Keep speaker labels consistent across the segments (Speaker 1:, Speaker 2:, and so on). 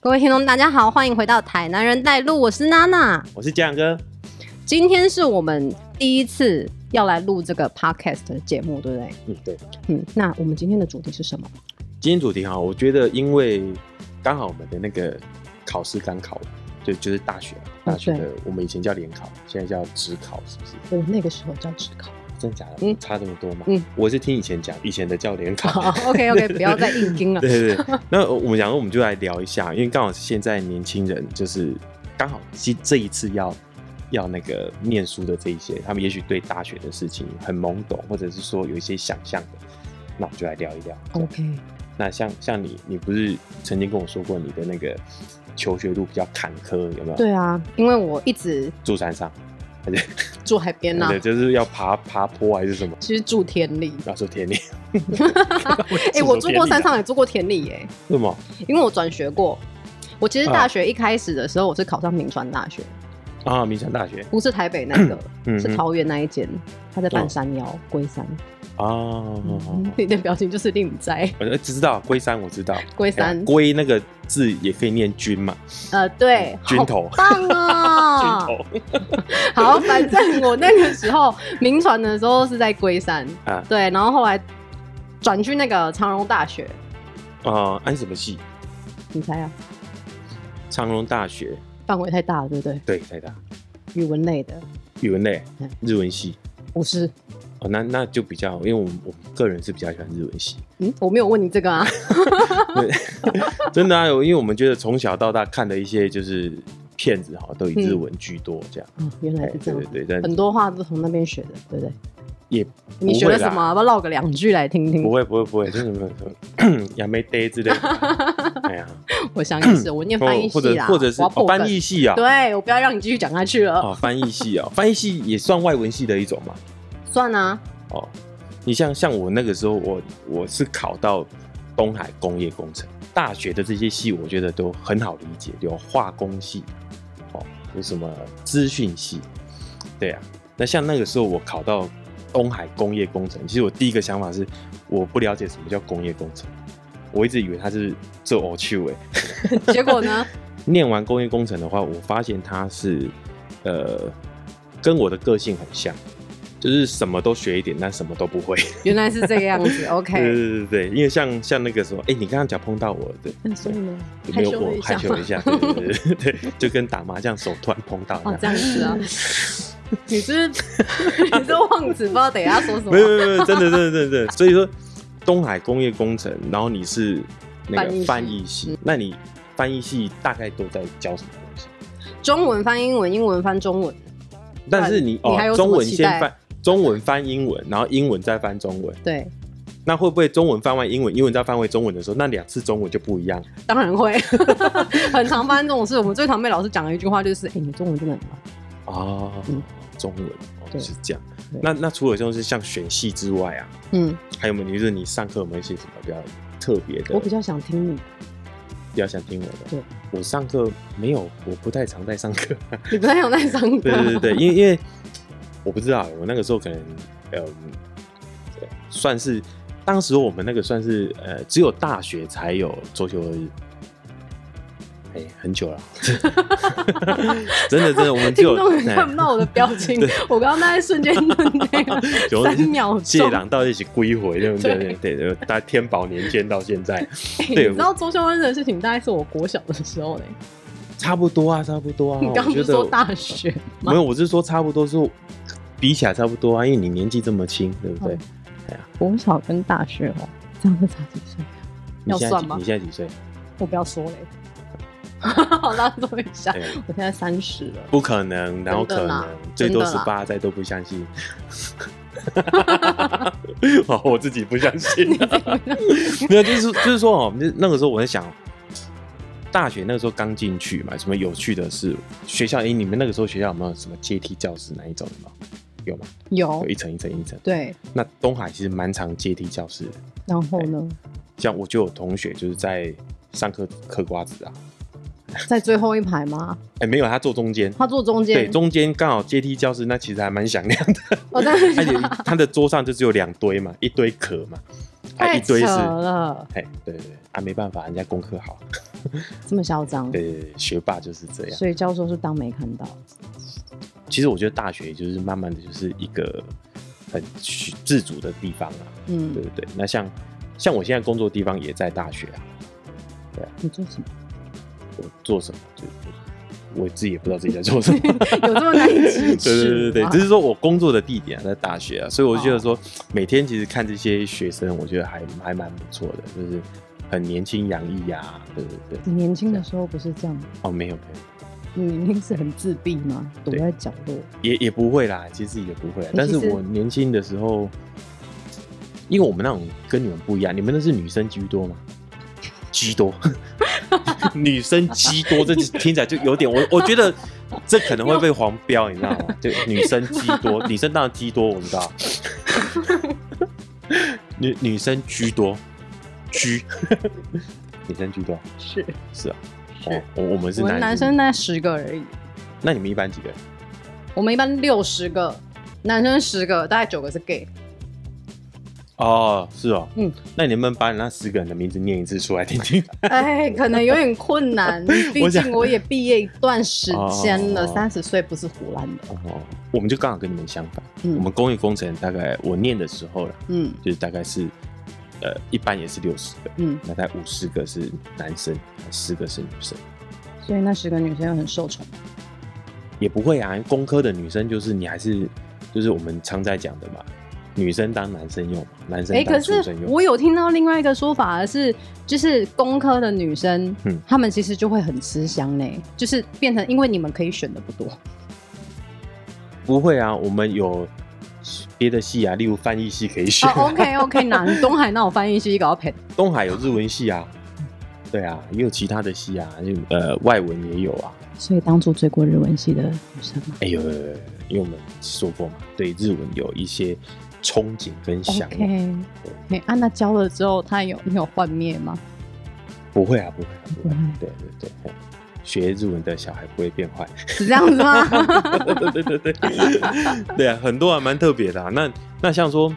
Speaker 1: 各位听众，大家好，欢迎回到台南人带路，我是娜娜。
Speaker 2: 我是嘉阳哥，
Speaker 1: 今天是我们第一次要来录这个 podcast 的节目，对不对？
Speaker 2: 嗯，对，
Speaker 1: 嗯，那我们今天的主题是什么？
Speaker 2: 今天主题哈，我觉得因为刚好我们的那个考试刚考完，就就是大学嘛，
Speaker 1: 嗯
Speaker 2: 大学的我们以前叫联考，现在叫职考，是不是？
Speaker 1: 我那个时候叫职考。
Speaker 2: 真假的？
Speaker 1: 嗯
Speaker 2: 差这么多吗？
Speaker 1: 嗯
Speaker 2: 我是听以前讲，以前的叫联考。
Speaker 1: 好，OK OK，不要再硬盯了。
Speaker 2: 对对对，那我们讲，我们就来聊一下，因为刚好现在年轻人就是刚好这这一次要要那个念书的这一些，他们也许对大学的事情很懵懂，或者是说有一些想象的，那我们就来聊一聊。
Speaker 1: OK，
Speaker 2: 那像像你，你不是曾经跟我说过你的那个求学路比较坎坷，有没有？，
Speaker 1: 对啊，因为我一直
Speaker 2: 住山上，还是
Speaker 1: 住海边呐、
Speaker 2: 对，就是要爬爬坡还是什么？
Speaker 1: 其实住田里。
Speaker 2: 那时候田里，啊
Speaker 1: 哎、我住过山 上，也住过田里耶、
Speaker 2: 为什么？
Speaker 1: 因为我转学过。我其实
Speaker 2: 啊
Speaker 1: 大学一开始的时候，我是考上明传大学，
Speaker 2: 啊，民传大学
Speaker 1: 不是台北那个，
Speaker 2: 嗯
Speaker 1: 是桃园那一间，他在半山腰龟山。
Speaker 2: 啊，
Speaker 1: 嗯
Speaker 2: 我
Speaker 1: 你的表情就是令你在
Speaker 2: 呃知道龟山，我知道
Speaker 1: 龟
Speaker 2: 哎
Speaker 1: 山
Speaker 2: 呀。龟那个字也可以念君嘛，
Speaker 1: 呃，对，
Speaker 2: 军
Speaker 1: 好
Speaker 2: 头
Speaker 1: 棒
Speaker 2: 君
Speaker 1: 啊！
Speaker 2: 头
Speaker 1: 好，反正我那个时候民传的时候是在龟山，
Speaker 2: 啊
Speaker 1: 对，然后后来转去那个长荣大学，
Speaker 2: 啊，安什么系？
Speaker 1: 你猜啊？
Speaker 2: 长荣大学，
Speaker 1: 范围太大了，对不对？
Speaker 2: 对，台大
Speaker 1: 语文类的
Speaker 2: 语文类
Speaker 1: 嗯，
Speaker 2: 日文系。
Speaker 1: 不是，
Speaker 2: 哦，那那就比较，因为我我个人是比较喜欢日文系，
Speaker 1: 嗯，我没有问你这个啊。
Speaker 2: 对， 真的啊，有因为我们觉得从小到大看的一些就是片子哈，都以日文居多这样。
Speaker 1: 嗯，原来
Speaker 2: 哎
Speaker 1: 是这
Speaker 2: 对
Speaker 1: 样
Speaker 2: 对。对，但
Speaker 1: 很多话都从那边学的，对不对？
Speaker 2: 也
Speaker 1: 你
Speaker 2: 不
Speaker 1: 学
Speaker 2: 会
Speaker 1: 了什
Speaker 2: 啦
Speaker 1: 么啊？要不要唠个两句来听听
Speaker 2: 不？会不会不会，真的没有 也没呆之类 的。哎呀，
Speaker 1: 我想也是，我念翻译
Speaker 2: 或
Speaker 1: 系
Speaker 2: 者
Speaker 1: 啦，
Speaker 2: 或者是
Speaker 1: 我要破
Speaker 2: 哦
Speaker 1: 梗
Speaker 2: 翻译系啊，
Speaker 1: 对，我不要让你继续讲下去了。
Speaker 2: 哦翻译系啊，翻译系也算外文系的一种嘛。
Speaker 1: 算啊，
Speaker 2: 哦，你像像我那个时候，我我是考到东海工业工程大学的这些系，我觉得都很好理解，有化工系，哦，有什么资讯系，对啊。那像那个时候我考到东海工业工程，其实我第一个想法是，我不了解什么叫工业工程，我一直以为它是做偶趣味。
Speaker 1: 结果呢？
Speaker 2: 念完工业工程的话，我发现它是呃跟我的个性很像，就是什么都学一点，但什么都不会。
Speaker 1: 原来是这个样子。
Speaker 2: 对
Speaker 1: OK，
Speaker 2: 对对对，因为像像那个什么，哎、你刚刚讲碰到我的，
Speaker 1: 那所以呢，
Speaker 2: 有
Speaker 1: 害
Speaker 2: 没有
Speaker 1: 羞了
Speaker 2: 我
Speaker 1: 一
Speaker 2: 害
Speaker 1: 下
Speaker 2: 羞
Speaker 1: 吗
Speaker 2: 了一？下，对对对对对，就跟打麻将手突然碰到
Speaker 1: 哦，
Speaker 2: 一
Speaker 1: 这
Speaker 2: 样。
Speaker 1: 样子 啊。你是你是忘词，不知道等一下说什么
Speaker 2: 没。有没有没有，真的真的真的真的，所以说东海工业工程，然后你是那
Speaker 1: 翻译
Speaker 2: 个
Speaker 1: 系
Speaker 2: 翻译系，那你翻译系大概都在教什么东西？
Speaker 1: 中文翻英文，英文翻中文，
Speaker 2: 但是你
Speaker 1: 你还有
Speaker 2: 哦，
Speaker 1: 什么
Speaker 2: 中文
Speaker 1: 期待
Speaker 2: 先翻中文翻英文，然后英文再翻中文，
Speaker 1: 对，
Speaker 2: 那会不会中文翻完英文，英文再翻回中文的时候，那两次中文就不一样？
Speaker 1: 当然 会，很常发生这种事。我们最常被老师讲的一句话就是：“哎，你中文真的很烂。
Speaker 2: 哦，
Speaker 1: 嗯
Speaker 2: 中文哦
Speaker 1: 对
Speaker 2: 是这样
Speaker 1: 对。
Speaker 2: 那那除了就是像选系之外啊，”
Speaker 1: 嗯，
Speaker 2: 还有没有？就是你上课有没有一些什么比较特别的？
Speaker 1: 我比较想听你，
Speaker 2: 比较想听我的。
Speaker 1: 对，
Speaker 2: 我上课没有，我不太常在上 课。
Speaker 1: 你不太想在上课。
Speaker 2: 对对对对，因为因为我不知道，我那个时候可能嗯、呃算是当时我们那个算是呃，只有大学才有周休二日。哎、很久了， 真的真的，我们只
Speaker 1: 听
Speaker 2: 有
Speaker 1: 众也
Speaker 2: 哎
Speaker 1: 看不到我的表情
Speaker 2: 对，
Speaker 1: 我刚刚那一瞬间就那个
Speaker 2: 有
Speaker 1: 三秒钟
Speaker 2: 借狼到底是归回，对不对？
Speaker 1: 对
Speaker 2: 对对对，大家天宝年间到现在，
Speaker 1: 你
Speaker 2: 对
Speaker 1: 知道周秀恩的事情，大概是我国小的时候嘞。
Speaker 2: 差不多啊，差不多啊。
Speaker 1: 你刚刚
Speaker 2: 我
Speaker 1: 不
Speaker 2: 觉
Speaker 1: 是
Speaker 2: 得
Speaker 1: 说大学吗
Speaker 2: 没？有，我是说差不多是比起来差不多啊，因为你年纪这么轻，对不对？
Speaker 1: 嗯国小跟大学哦，这样是差几岁？
Speaker 2: 你
Speaker 1: 要
Speaker 2: 现在
Speaker 1: 算
Speaker 2: 几
Speaker 1: 吗
Speaker 2: 你现在几岁？
Speaker 1: 我不要说嘞。 好，大家说一下，
Speaker 2: 对
Speaker 1: 我现在三十了。
Speaker 2: 不可能，然后可
Speaker 1: 真的啦
Speaker 2: 能最多
Speaker 1: 真
Speaker 2: 十
Speaker 1: 的啦
Speaker 2: 八，再都不相信。哦，我自己不相信。 没有，就是就是说哦，那那个时候我在想，大学那个时候刚进去嘛，什么有趣的事？学校哎、诶你们那个时候学校有没有什么阶梯教室那一种的吗？有吗？
Speaker 1: 有
Speaker 2: 有一层一层一层。
Speaker 1: 对，
Speaker 2: 那东海其实蛮常阶梯教室的，
Speaker 1: 然后呢，
Speaker 2: 像我就有同学就是在上课嗑瓜子啊，
Speaker 1: 在最后一排吗？
Speaker 2: 哎、没有，他坐中间，
Speaker 1: 他坐中
Speaker 2: 对，
Speaker 1: 间，
Speaker 2: 中间刚好阶梯教室，那其实还蛮响亮的。
Speaker 1: 我在
Speaker 2: 而 且他的桌上就只有两堆嘛，一堆壳嘛，还
Speaker 1: 太
Speaker 2: 一
Speaker 1: 扯
Speaker 2: 堆是，
Speaker 1: 了。
Speaker 2: 哎，对对对，啊，没办法，人家功课好，
Speaker 1: 这么嚣张，
Speaker 2: 对对对，学霸就是这样。
Speaker 1: 所以教授是当没看到。
Speaker 2: 其实我觉得大学就是慢慢的就是一个很自主的地方啊，对
Speaker 1: 嗯
Speaker 2: 不，对？那像像我现在工作的地方也在大学啊，
Speaker 1: 你做什么？
Speaker 2: 我做什么就我自己也不知道自己在做什么。
Speaker 1: 有这么难启
Speaker 2: 对对对
Speaker 1: 齿
Speaker 2: 对，
Speaker 1: 吗？
Speaker 2: 只是说我工作的地点、啊、在大学啊，所以我就觉得说，每天其实看这些学生，我觉得还还蛮不错的，就是很年轻洋溢啊，对对对。
Speaker 1: 你年轻的时候不是这样吗？
Speaker 2: 哦，没有没有，
Speaker 1: 你一定是很自闭吗？躲
Speaker 2: 对
Speaker 1: 在角落，
Speaker 2: 也也不会啦，其实也不会啦啊
Speaker 1: 你其实
Speaker 2: 但是我年轻的时候，因为我们那种跟你们不一样，你们那是女生居多嘛，居多， 女生居多，这听起来就有点，我我觉得这可能会被黄标，你知道吗？对，女生居多，女生当然居多，我知道，女女生居多，居， 女生居多，
Speaker 1: 是
Speaker 2: 是啊，
Speaker 1: 是
Speaker 2: 哦，我我们是
Speaker 1: 我
Speaker 2: 男
Speaker 1: 们男生，大概十个而已，
Speaker 2: 那你们一般几个人？
Speaker 1: 我们一般六十个，男生十个，大概九个是 gay。
Speaker 2: 哦，是哦，
Speaker 1: 嗯，
Speaker 2: 那你能不能把你那十个人的名字念一次出来 听听？
Speaker 1: 哎，可能有点困难，毕
Speaker 2: 我想
Speaker 1: 竟我也毕业一段时间了，
Speaker 2: 哦
Speaker 1: 三十岁不是胡乱的。
Speaker 2: 哦，我们就刚好跟你们相反，
Speaker 1: 嗯
Speaker 2: 我们工业工程大概我念的时候啦，
Speaker 1: 嗯
Speaker 2: 就是大概是，呃，一般也是六十个，
Speaker 1: 嗯，
Speaker 2: 那大概五十个是男生，十个是女生，
Speaker 1: 所以那十个女生又很受宠。
Speaker 2: 也不会啊。工科的女生就是你还是就是我们常在讲的嘛，女生当男生用嘛，男生
Speaker 1: 哎，可
Speaker 2: 当
Speaker 1: 是
Speaker 2: 畜生用。
Speaker 1: 我有听到另外一个说法是，就是工科的女生
Speaker 2: 嗯，
Speaker 1: 她们其实就会很吃香呢，就是变成因为你们可以选的不 多。
Speaker 2: 不会啊，我们有别的系啊，例如翻译系可以选、
Speaker 1: 哦，OK OK，哪东海那我翻译系搞配。
Speaker 2: 东海有日文系啊，对啊，也有其他的系啊，就呃外文也有啊。
Speaker 1: 所以当初追过日文系的女生嘛
Speaker 2: 哎呦，因为我们说过嘛，对日文有一些憧憬跟向往。
Speaker 1: ，OK，哎，安娜教了之后，她有 你有幻灭吗？
Speaker 2: 不会啊，不会、啊，
Speaker 1: 不
Speaker 2: 不会、啊
Speaker 1: 会，
Speaker 2: 对对对。嘿学日文的小孩不会变坏，
Speaker 1: 是这样子吗？ 嗯
Speaker 2: 对对对对，对啊，很多还蛮特别的、啊。那那像说，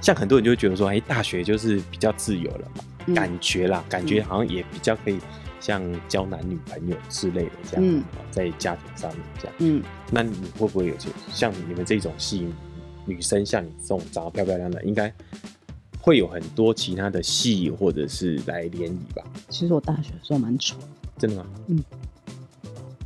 Speaker 2: 像很多人就会觉得说，哎、大学就是比较自由了嘛，
Speaker 1: 嗯
Speaker 2: 感觉啦，感觉好像也比较可以像交男女朋友之类的这样，哦
Speaker 1: 嗯
Speaker 2: 在家庭上面这样。
Speaker 1: 嗯，
Speaker 2: 那你会不会有些像你们这种系女生，像你这种长得漂漂亮亮，应该会有很多其他的系或者是来联谊吧？
Speaker 1: 其实我大学的时候蛮丑的。
Speaker 2: 真的吗？
Speaker 1: 嗯。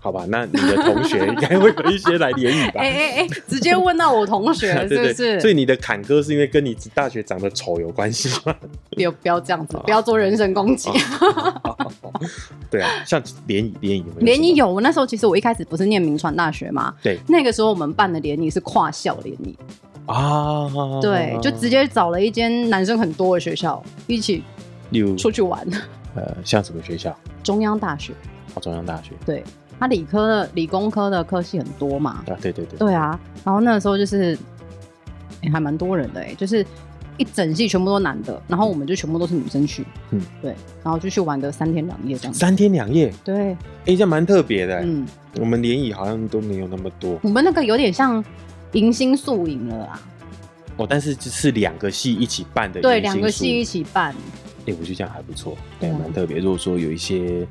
Speaker 2: 好吧，那你的同学应该会有一些来联谊吧？
Speaker 1: 哎哎哎，直接问到我同 学
Speaker 2: 对
Speaker 1: 是不
Speaker 2: 对
Speaker 1: 是？
Speaker 2: 所以你的坎坷是因为跟你大学长得丑有关系吗？
Speaker 1: 不要不要这样子，不要做人身攻 击。
Speaker 2: 对啊，像联谊联谊有没有什么
Speaker 1: 联谊有，我那时候其实我一开始不是念名传大学嘛，
Speaker 2: 对
Speaker 1: 那个时候我们办的联谊是跨校联谊，
Speaker 2: 啊，
Speaker 1: 对，就直接找了一间男生很多的学校一起
Speaker 2: 例如
Speaker 1: 出去玩，
Speaker 2: 呃，像什么学校？
Speaker 1: 中央大学，
Speaker 2: 哦，中央大学
Speaker 1: 对，他理科的理工科的科系很多嘛，
Speaker 2: 啊，对对对，
Speaker 1: 对啊，然后那个时候就是、诶还蛮多人的哎、就是一整系全部都男的，然后我们就全部都是女生去，
Speaker 2: 嗯
Speaker 1: 嗯，对，然后就去玩个三天两夜这样子，
Speaker 2: 三天两夜，
Speaker 1: 对，
Speaker 2: 哎、这样蛮特别的、
Speaker 1: 嗯，
Speaker 2: 我们联谊好像都没有那么多
Speaker 1: 我们那个有点像迎新宿营了啊，
Speaker 2: 哦，但是这是两个系一起办的迎新书，
Speaker 1: 对，两个系一起办，
Speaker 2: 哎、我觉得这样还不错，对，
Speaker 1: 对啊
Speaker 2: 蛮特别。如果说有一些，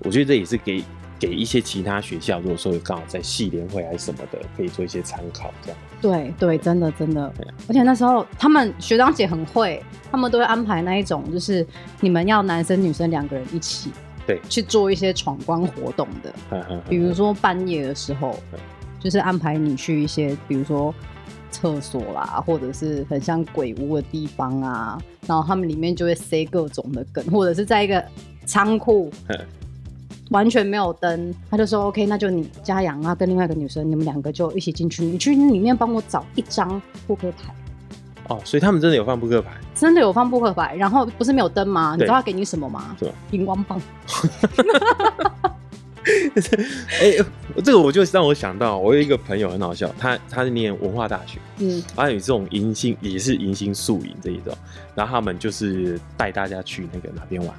Speaker 2: 我觉得这也是给给一些其他学校，如果说有刚好在系联会还是什么的，可以做一些参考，这样。
Speaker 1: 对对，真的真的
Speaker 2: 对啊，
Speaker 1: 而且那时候他们学长姐很会，他们都会安排那一种，就是你们要男生女生两个人一起，
Speaker 2: 对
Speaker 1: 去做一些闯关活动的，
Speaker 2: 嗯嗯
Speaker 1: 比如说半夜的时候
Speaker 2: 对，
Speaker 1: 就是安排你去一些，比如说厕所啦，或者是很像鬼屋的地方啊，然后他们里面就会塞各种的梗，或者是在一个仓库
Speaker 2: 嗯。
Speaker 1: 完全没有灯，他就说 OK，那就你嘉阳啊，跟另外一个女生，你们两个就一起进去，你去里面帮我找一张扑克牌，
Speaker 2: 哦，所以他们真的有放扑克牌，
Speaker 1: 真的有放扑克牌，然后不是没有灯吗？你
Speaker 2: 对
Speaker 1: 知道他给你什么吗
Speaker 2: 是吧？
Speaker 1: 荧光棒，
Speaker 2: 哎、这个我就让我想到，我有一个朋友很好笑，他他是念文化大学，
Speaker 1: 嗯，
Speaker 2: 他有这种迎新也是迎新宿营这一种，然后他们就是带大家去那个哪边玩，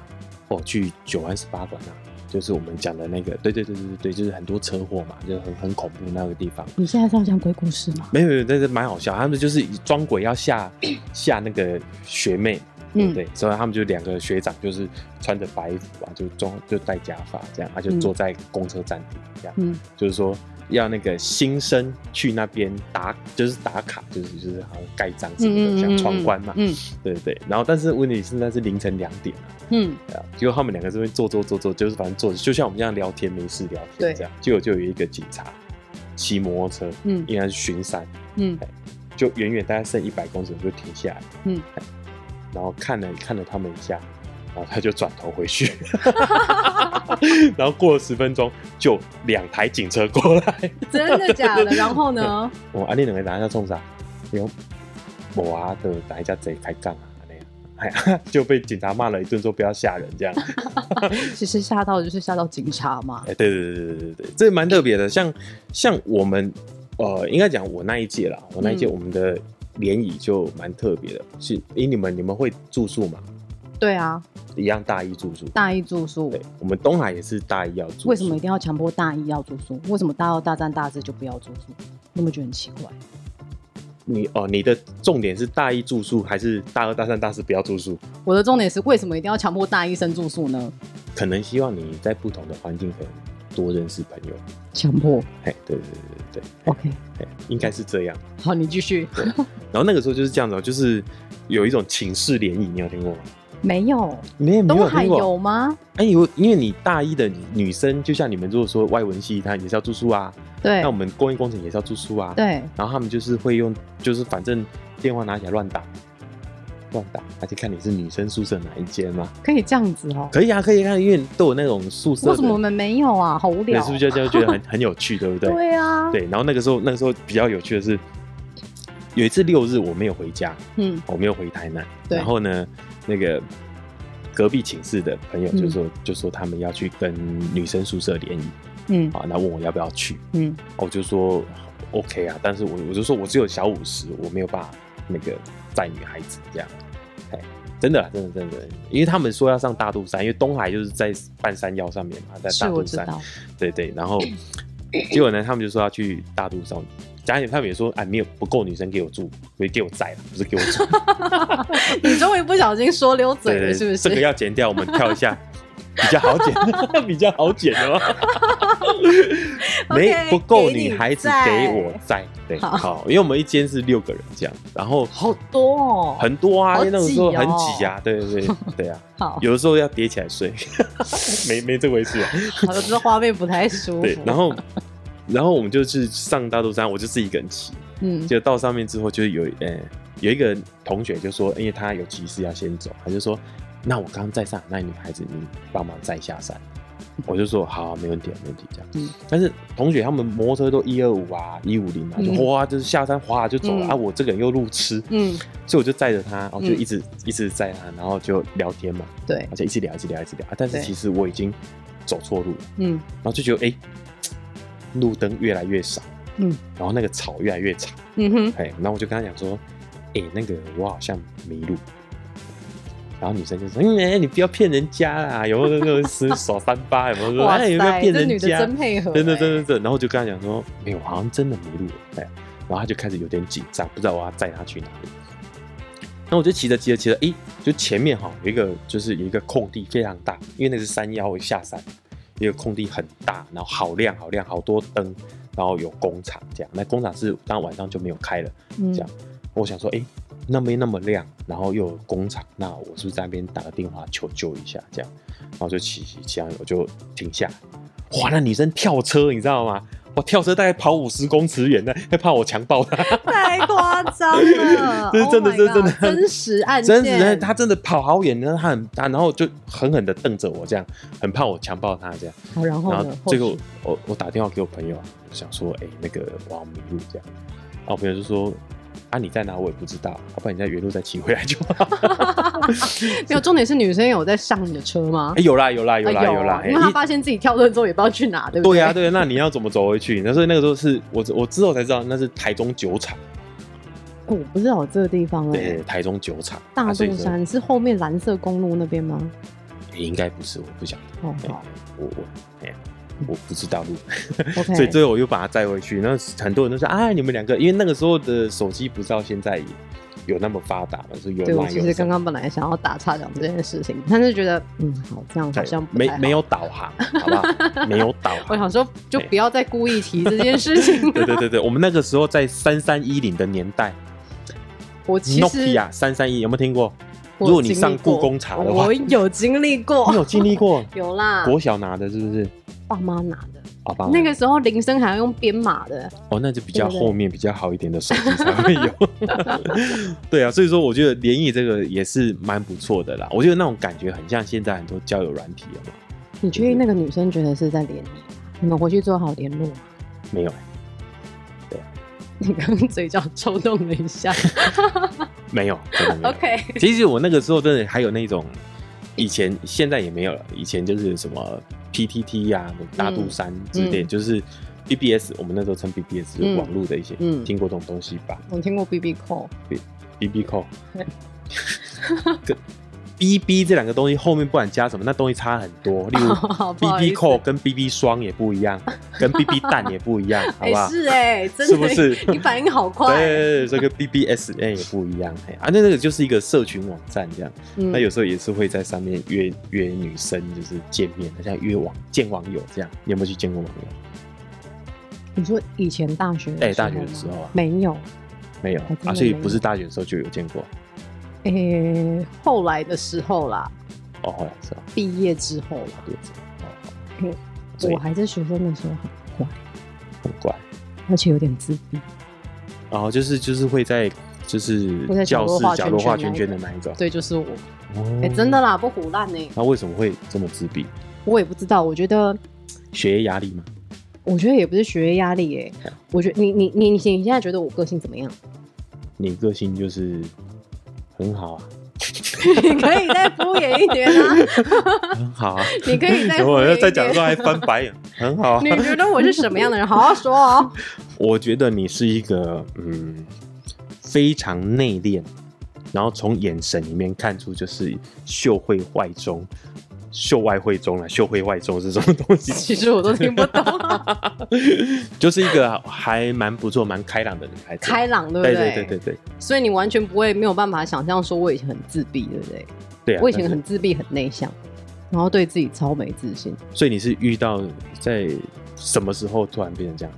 Speaker 2: 哦，去九弯十八馆啊，就是我们讲的那个，对对对对对对，就是很多车祸嘛，就是很很恐怖那个地方。
Speaker 1: 你现在是要讲鬼故事吗？
Speaker 2: 没有没有，但是蛮好笑，他们就是装鬼要吓吓那个学妹，
Speaker 1: 嗯
Speaker 2: 对，所以他们就两个学长就是穿着白服啊，就装就戴假发这样，他、就
Speaker 1: 嗯
Speaker 2: 坐在公车站顶这样，
Speaker 1: 嗯
Speaker 2: 就是说要那个新生去那边打，就是打卡，就是就是好像盖章什么的，像闯关嘛，
Speaker 1: 嗯
Speaker 2: 对对对。然后但是问题是那是凌晨两点啊，
Speaker 1: 嗯，
Speaker 2: 对啊，结果他们两个这边坐坐坐坐，就是反正坐着，就像我们这样聊天没事聊
Speaker 1: 对
Speaker 2: 天这样，结果就有一个警察骑摩托车，
Speaker 1: 嗯
Speaker 2: 应该是巡山，
Speaker 1: 嗯
Speaker 2: 就远远大概剩一百公尺我就停下来，
Speaker 1: 嗯，
Speaker 2: 然后看了看了他们一下，然后他就转头回去，然后过了十分钟，就两台警车过来，
Speaker 1: 真的假的？然后呢？
Speaker 2: 我阿你两个拿下冲啥？有我啊的哪一家贼开杠啊？这样 哎呀，就被警察骂了一顿，说不要吓人这样。
Speaker 1: 其实吓到就是吓到警察嘛。
Speaker 2: 哎、 对对对对对对，这蛮特别的。像像我们，呃，应该讲我那一届啦，我那一届
Speaker 1: 嗯
Speaker 2: 我们的联谊就蛮特别的。是，因为你们你们会住宿嘛？
Speaker 1: 对啊，
Speaker 2: 一样大一住宿。
Speaker 1: 大一住宿
Speaker 2: 对，我们东海也是大一要住宿。
Speaker 1: 为什么一定要强迫大一要住宿？为什么大二、大三、大四就不要住宿？你有没有觉得很奇怪？
Speaker 2: 你哦、你的重点是大一住宿还是大二、大三、大四不要住宿？
Speaker 1: 我的重点是为什么一定要强迫大一生住宿呢？
Speaker 2: 可能希望你在不同的环境可以多认识朋友。
Speaker 1: 强迫
Speaker 2: 哎，对对对对对，
Speaker 1: ，OK，
Speaker 2: 哎，应该是这样。
Speaker 1: 好，你继续。
Speaker 2: 然后那个时候就是这样子哦，就是有一种寝室联谊，你有听过吗？
Speaker 1: 没有，
Speaker 2: 没有，没
Speaker 1: 东
Speaker 2: 有
Speaker 1: 海
Speaker 2: 听过。
Speaker 1: 有吗？
Speaker 2: 哎，有，因为你大一的女生，就像你们如果说外文系，她也是要住宿啊，
Speaker 1: 对
Speaker 2: 那我们工业工程也是要住宿啊。。
Speaker 1: 对，
Speaker 2: 然后他们就是会用，就是反正电话拿起来乱打，乱打，而且看你是女生宿舍哪一间嘛。
Speaker 1: 可以这样子哦。
Speaker 2: 可以啊，可以啊，因为都有那种宿舍的。
Speaker 1: 为什么我们没有啊？好无
Speaker 2: 对
Speaker 1: 聊。
Speaker 2: 是不是就就觉得很很有趣，对不对？
Speaker 1: 对啊，
Speaker 2: 对然后那个时候，那个时候比较有趣的是，有一次六日我没有回家，
Speaker 1: 嗯
Speaker 2: 我没有回台南，
Speaker 1: 对
Speaker 2: 然后呢，那个隔壁寝室的朋友就说、就说他们要去跟女生宿舍联谊
Speaker 1: 嗯
Speaker 2: 啊，那问我要不要去，
Speaker 1: 嗯
Speaker 2: 我就说 OK 啊，但是我我就说我只有小五十，我没有办法那个载女孩子这样，哎，真的啦真的真的，因为他们说要上大肚山，因为东海就是在半山腰上面嘛，在
Speaker 1: 是
Speaker 2: 大
Speaker 1: 我
Speaker 2: 肚
Speaker 1: 知
Speaker 2: 山，
Speaker 1: 道。
Speaker 2: 对对，然后结果呢，他们就说要去大肚山，家里他们也说哎没有不够女生给我住，所以给我载了，不是给我住。
Speaker 1: 你终于不小心说溜嘴
Speaker 2: 对
Speaker 1: 了，是
Speaker 2: 对，
Speaker 1: 不
Speaker 2: 这个
Speaker 1: 是？
Speaker 2: 要剪掉，我们跳一 下，比较好剪， 比较好剪哦。没
Speaker 1: OK，
Speaker 2: 不够
Speaker 1: 给你
Speaker 2: 女孩子
Speaker 1: 在
Speaker 2: 给我在，对，
Speaker 1: 好
Speaker 2: 好，因为我们一间是六个人这样，然后
Speaker 1: 好多哦，
Speaker 2: 很多啊，
Speaker 1: 好
Speaker 2: 因为那种时候
Speaker 1: 挤
Speaker 2: 很
Speaker 1: 哦
Speaker 2: 挤啊，对对 对对啊，
Speaker 1: 好，
Speaker 2: 有的时候要叠起来睡， 没没这回事啊。
Speaker 1: 好的，这画面不太舒服。
Speaker 2: 对，然后然后我们就去上大肚山，我就自己一个人骑，
Speaker 1: 嗯
Speaker 2: 就到上面之后，就是有呃、有一个同学就说，因为他有急事要先走，他就说，那我刚刚在上海那女孩子，你帮忙载下山。我就说好、啊没问题，没问题，这样。
Speaker 1: 嗯
Speaker 2: 但是同学他们摩托车都一二五啊，一五零啊，就
Speaker 1: 嗯
Speaker 2: 哗，就是下山哗就走了、
Speaker 1: 嗯
Speaker 2: 啊。我这个人又路痴，
Speaker 1: 嗯，
Speaker 2: 所以我就载着他，我就
Speaker 1: 嗯
Speaker 2: 一直、一直载他，然后就聊天嘛，
Speaker 1: 对，
Speaker 2: 而且一直聊，一直聊，一直聊。啊、但是
Speaker 1: 对
Speaker 2: 其实我已经走错路了，
Speaker 1: 嗯
Speaker 2: 然后就觉得哎、路灯越来越少，
Speaker 1: 嗯
Speaker 2: 然后那个草越来越长。
Speaker 1: 嗯哼，
Speaker 2: 哎，然后我就跟他讲说，哎、那个我好像迷路。然后女生就说：“嗯，哎、你不要骗人家啦，有没有那种是手三八？有没有说
Speaker 1: 哇
Speaker 2: 哎、有没有
Speaker 1: 塞，
Speaker 2: 骗
Speaker 1: 这
Speaker 2: 人
Speaker 1: 女的
Speaker 2: 家？
Speaker 1: 真配合，
Speaker 2: 真的真
Speaker 1: 欸
Speaker 2: 的真的。”然后我就跟他讲说：“没有，我好像真的迷路了。”哎，然后他就开始有点紧张，不知道我要载他去哪里。然后我就骑着骑着骑着，哎、就前面哈有一个就是有一个空地非常大，因为那是山腰我下山，一个空地很大，然后好亮好亮，好多灯，然后有工厂这样。那工厂是当然晚上就没有开了。
Speaker 1: 嗯
Speaker 2: 这样我想说，哎、那边那么亮，然后又有工厂，那我是不是在那边打个电话求救一下？这样，然后就骑骑骑，然后我就停下来。哇，那女生跳车，你知道吗？我跳车大概跑五十公尺远呢，还怕我强暴她。，
Speaker 1: 太夸张了
Speaker 2: 这是真的
Speaker 1: Oh my
Speaker 2: 这是真的
Speaker 1: God，真 实案件，
Speaker 2: 真是的，她真的跑好远，然后她很大，然后就狠狠的瞪着我，这样，很怕我强暴她这样。
Speaker 1: 好，然后
Speaker 2: 然后
Speaker 1: 呢？
Speaker 2: 这个
Speaker 1: 后
Speaker 2: 我
Speaker 1: 续
Speaker 2: 我我打电话给我朋友，我想说，哎、那个我要迷路这样，然后我朋友就说，啊你在哪我也不知道，要不然你在原路再骑回来就好。
Speaker 1: 没有重点是女生有在上你的车吗
Speaker 2: 哎、？有啦有啦有啦
Speaker 1: 啊
Speaker 2: 有啦，哎
Speaker 1: 因为她发现自己跳车之后也不知道去哪，对不
Speaker 2: 对
Speaker 1: 对？
Speaker 2: 呀、对呀、啊那你要怎么走回去？那所以那个时候是我我之后才知道那是台中酒厂，
Speaker 1: 哎我不知道有这个地方哎
Speaker 2: 对，，台中酒厂
Speaker 1: 大
Speaker 2: 啊所以
Speaker 1: 肚
Speaker 2: 说
Speaker 1: 山是后面蓝色公路那边吗？
Speaker 2: 哎应该不是，我不晓
Speaker 1: 哦，
Speaker 2: 得，哎
Speaker 1: 好
Speaker 2: 我我哎我不知道路，
Speaker 1: ，OK，
Speaker 2: 所以最后我又把它载回去。那很多人都说啊，你们两个，因为那个时候的手机不知道现在有那么发达嘛，是有
Speaker 1: 对，我
Speaker 2: 烂
Speaker 1: 其
Speaker 2: 有
Speaker 1: 实
Speaker 2: 什
Speaker 1: 刚
Speaker 2: 么
Speaker 1: 刚本来想要打岔讲这件事情，但是觉得嗯，好，这样好
Speaker 2: 对
Speaker 1: 像不
Speaker 2: 没
Speaker 1: 太好
Speaker 2: 没有导航，好不 好？没有导
Speaker 1: 我
Speaker 2: 航。
Speaker 1: 想说，就不要再故意提这件事情
Speaker 2: 对对
Speaker 1: 了。
Speaker 2: 对对，我们那个时候在三三一零的年代
Speaker 1: 我其实
Speaker 2: ，Nokia 三三一有没有听过？
Speaker 1: 我
Speaker 2: 如果你
Speaker 1: 经历
Speaker 2: 上
Speaker 1: 过
Speaker 2: 故宫查的话
Speaker 1: 我有经历过，
Speaker 2: 你有经历过
Speaker 1: 有啦，
Speaker 2: 国哦小拿的，是不是？
Speaker 1: 爸妈拿的。
Speaker 2: 好吧，
Speaker 1: 啊那个时候铃声还要用编码的，
Speaker 2: 哦，那就比较
Speaker 1: 对不对
Speaker 2: 后面比较好一点的手机才会有。 对啊，所以说我觉得联谊这个也是蛮不错的啦。我觉得那种感觉很像现在很多交友软体了嘛。
Speaker 1: 你确定那个女生觉得是在联谊？你们回去做好联络。
Speaker 2: 没有欸，
Speaker 1: 你刚刚嘴角抽动了一下
Speaker 2: 没有，真的没 有。
Speaker 1: ，OK，
Speaker 2: 其实我那个时候真的还有那种，以前现在也没有了。以前就是什么 PTT 呀、啊大肚山之类，
Speaker 1: 嗯
Speaker 2: 就是 BBS，我们那时候称 BBS，、
Speaker 1: 嗯
Speaker 2: 网络的一些，
Speaker 1: 嗯
Speaker 2: 听过这种东西吧
Speaker 1: 我听过 BB call，
Speaker 2: ？BB 扣，跟 BB 这两个东西后面不管加什么，那东西差很 多。例如
Speaker 1: 好哦不好
Speaker 2: BB
Speaker 1: 意思
Speaker 2: 扣跟 BB 霜也不一样，跟 BB 蛋也不一样，好
Speaker 1: 哎、
Speaker 2: 不好？
Speaker 1: 是哎、真的，
Speaker 2: 是 不是
Speaker 1: 你反应好快、
Speaker 2: 对，这个 BBSN 也不一样，哎啊，那那个就是一个社群网站这样。
Speaker 1: 嗯
Speaker 2: 那有时候也是会在上面约约女生，就是见面，像约网见网友这样。你有没有去见过网友？
Speaker 1: 你说以前大学的时候吗，
Speaker 2: 哎大学的时候啊
Speaker 1: 没有，
Speaker 2: 没有
Speaker 1: 还真的
Speaker 2: 啊，所以
Speaker 1: 没有
Speaker 2: 不是大学的时候就有见过。
Speaker 1: 哎、后来的时候啦，
Speaker 2: 哦，后来是吧？
Speaker 1: 毕业之后啦，
Speaker 2: 对，哦，
Speaker 1: 嗯
Speaker 2: 所以
Speaker 1: 我还是学生的时候很乖，
Speaker 2: 很怪。
Speaker 1: 而且有点自闭，
Speaker 2: 然后就是就是会在就是
Speaker 1: 会在角
Speaker 2: 教
Speaker 1: 落
Speaker 2: 室
Speaker 1: 画
Speaker 2: 角落
Speaker 1: 圈
Speaker 2: 画
Speaker 1: 圈
Speaker 2: 圈
Speaker 1: 那一
Speaker 2: 圈的
Speaker 1: 个
Speaker 2: 那一种。
Speaker 1: 对，就是我，
Speaker 2: 哦
Speaker 1: 哎、真的。啦，不胡烂呢、
Speaker 2: 那为什么会这么自闭？
Speaker 1: 我也不知道，我觉得，
Speaker 2: 学业压力吗？
Speaker 1: 我觉得也不是学业压力、哎，我觉得你你你你现在觉得我个性怎么样？
Speaker 2: 你个性就是很好啊，
Speaker 1: 你可以再敷衍一点 啊，
Speaker 2: 很好 啊。
Speaker 1: 你可以再敷
Speaker 2: 我
Speaker 1: 衍一点。
Speaker 2: 在讲的时候还翻白 眼，很好啊。
Speaker 1: 你觉得我是什么样的人？好好说 哦。
Speaker 2: 我觉得你是一个嗯非常内敛，然后从眼神里面看出就是秀慧外中，秀外慧中了，秀慧外中是什么东 西？
Speaker 1: 其实我都听 不懂，啊
Speaker 2: 就是一个还蛮不错、蛮开朗的女孩子。
Speaker 1: 开朗对不
Speaker 2: 对
Speaker 1: 对
Speaker 2: 对对对
Speaker 1: 所以你完全不会没有办法想象说我以前很自闭，对不对？
Speaker 2: 对啊！
Speaker 1: 我以前
Speaker 2: 但是
Speaker 1: 很自闭，很内向，然后对自己超没自信。
Speaker 2: 所以你是遇到在什么时候突然变成这样？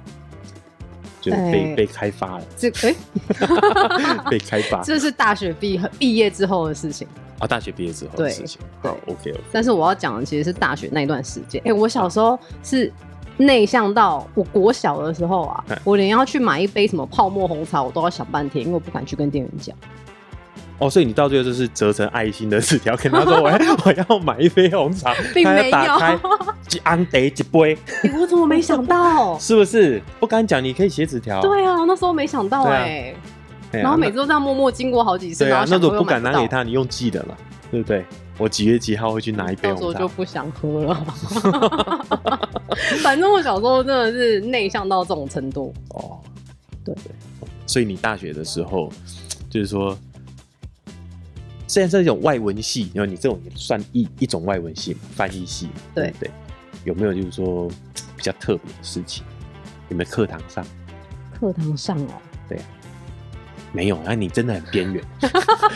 Speaker 2: 就是被、
Speaker 1: 哎
Speaker 2: 被开发了，
Speaker 1: 这哎、
Speaker 2: 被开发
Speaker 1: 这是大学毕毕业之后的事情。
Speaker 2: 啊！大学毕业之后的
Speaker 1: 对
Speaker 2: 事情。
Speaker 1: 对
Speaker 2: 好，OK OK。
Speaker 1: 但是我要讲的其实是大学那一段时间。哎、我
Speaker 2: 啊
Speaker 1: 小时候是内向到我国小的时候啊
Speaker 2: 哎，
Speaker 1: 我连要去买一杯什么泡沫红茶，我都要想半天，因为我不敢去跟店员讲。
Speaker 2: 哦，所以你到最后就是折成爱心的纸条，跟他说我要 我要买一杯红茶，
Speaker 1: 并
Speaker 2: 他
Speaker 1: 没
Speaker 2: 要
Speaker 1: 有
Speaker 2: 打开一安得一杯，？
Speaker 1: 哎、我怎么没想到
Speaker 2: 是不是？不敢讲，你可以写纸条。
Speaker 1: 对啊，我那时候没想到
Speaker 2: 对啊
Speaker 1: 哎、
Speaker 2: 哎呀，
Speaker 1: 然后每
Speaker 2: 那
Speaker 1: 次都这样默默经过好几次，
Speaker 2: 对
Speaker 1: 然
Speaker 2: 啊
Speaker 1: 后，
Speaker 2: 那
Speaker 1: 想
Speaker 2: 种
Speaker 1: 说又
Speaker 2: 不敢
Speaker 1: 买
Speaker 2: 拿给
Speaker 1: 到，
Speaker 2: 他，你用寄的嘛，对不对？我几月几号会去拿一杯
Speaker 1: 到时候
Speaker 2: 红
Speaker 1: 就
Speaker 2: 茶？
Speaker 1: 不想喝了。 反正我小时候真的是内向到这种程度，
Speaker 2: 哦，
Speaker 1: 对
Speaker 2: 所以你大学的时候，就是说，虽然是一种外文系，然后你这种也算一一种外文系嘛，翻译系嘛，
Speaker 1: 对
Speaker 2: 不对？有没有就是说比较特别的事情？有没有课堂上？
Speaker 1: 课堂上哦，
Speaker 2: 没有，那你真的很边缘，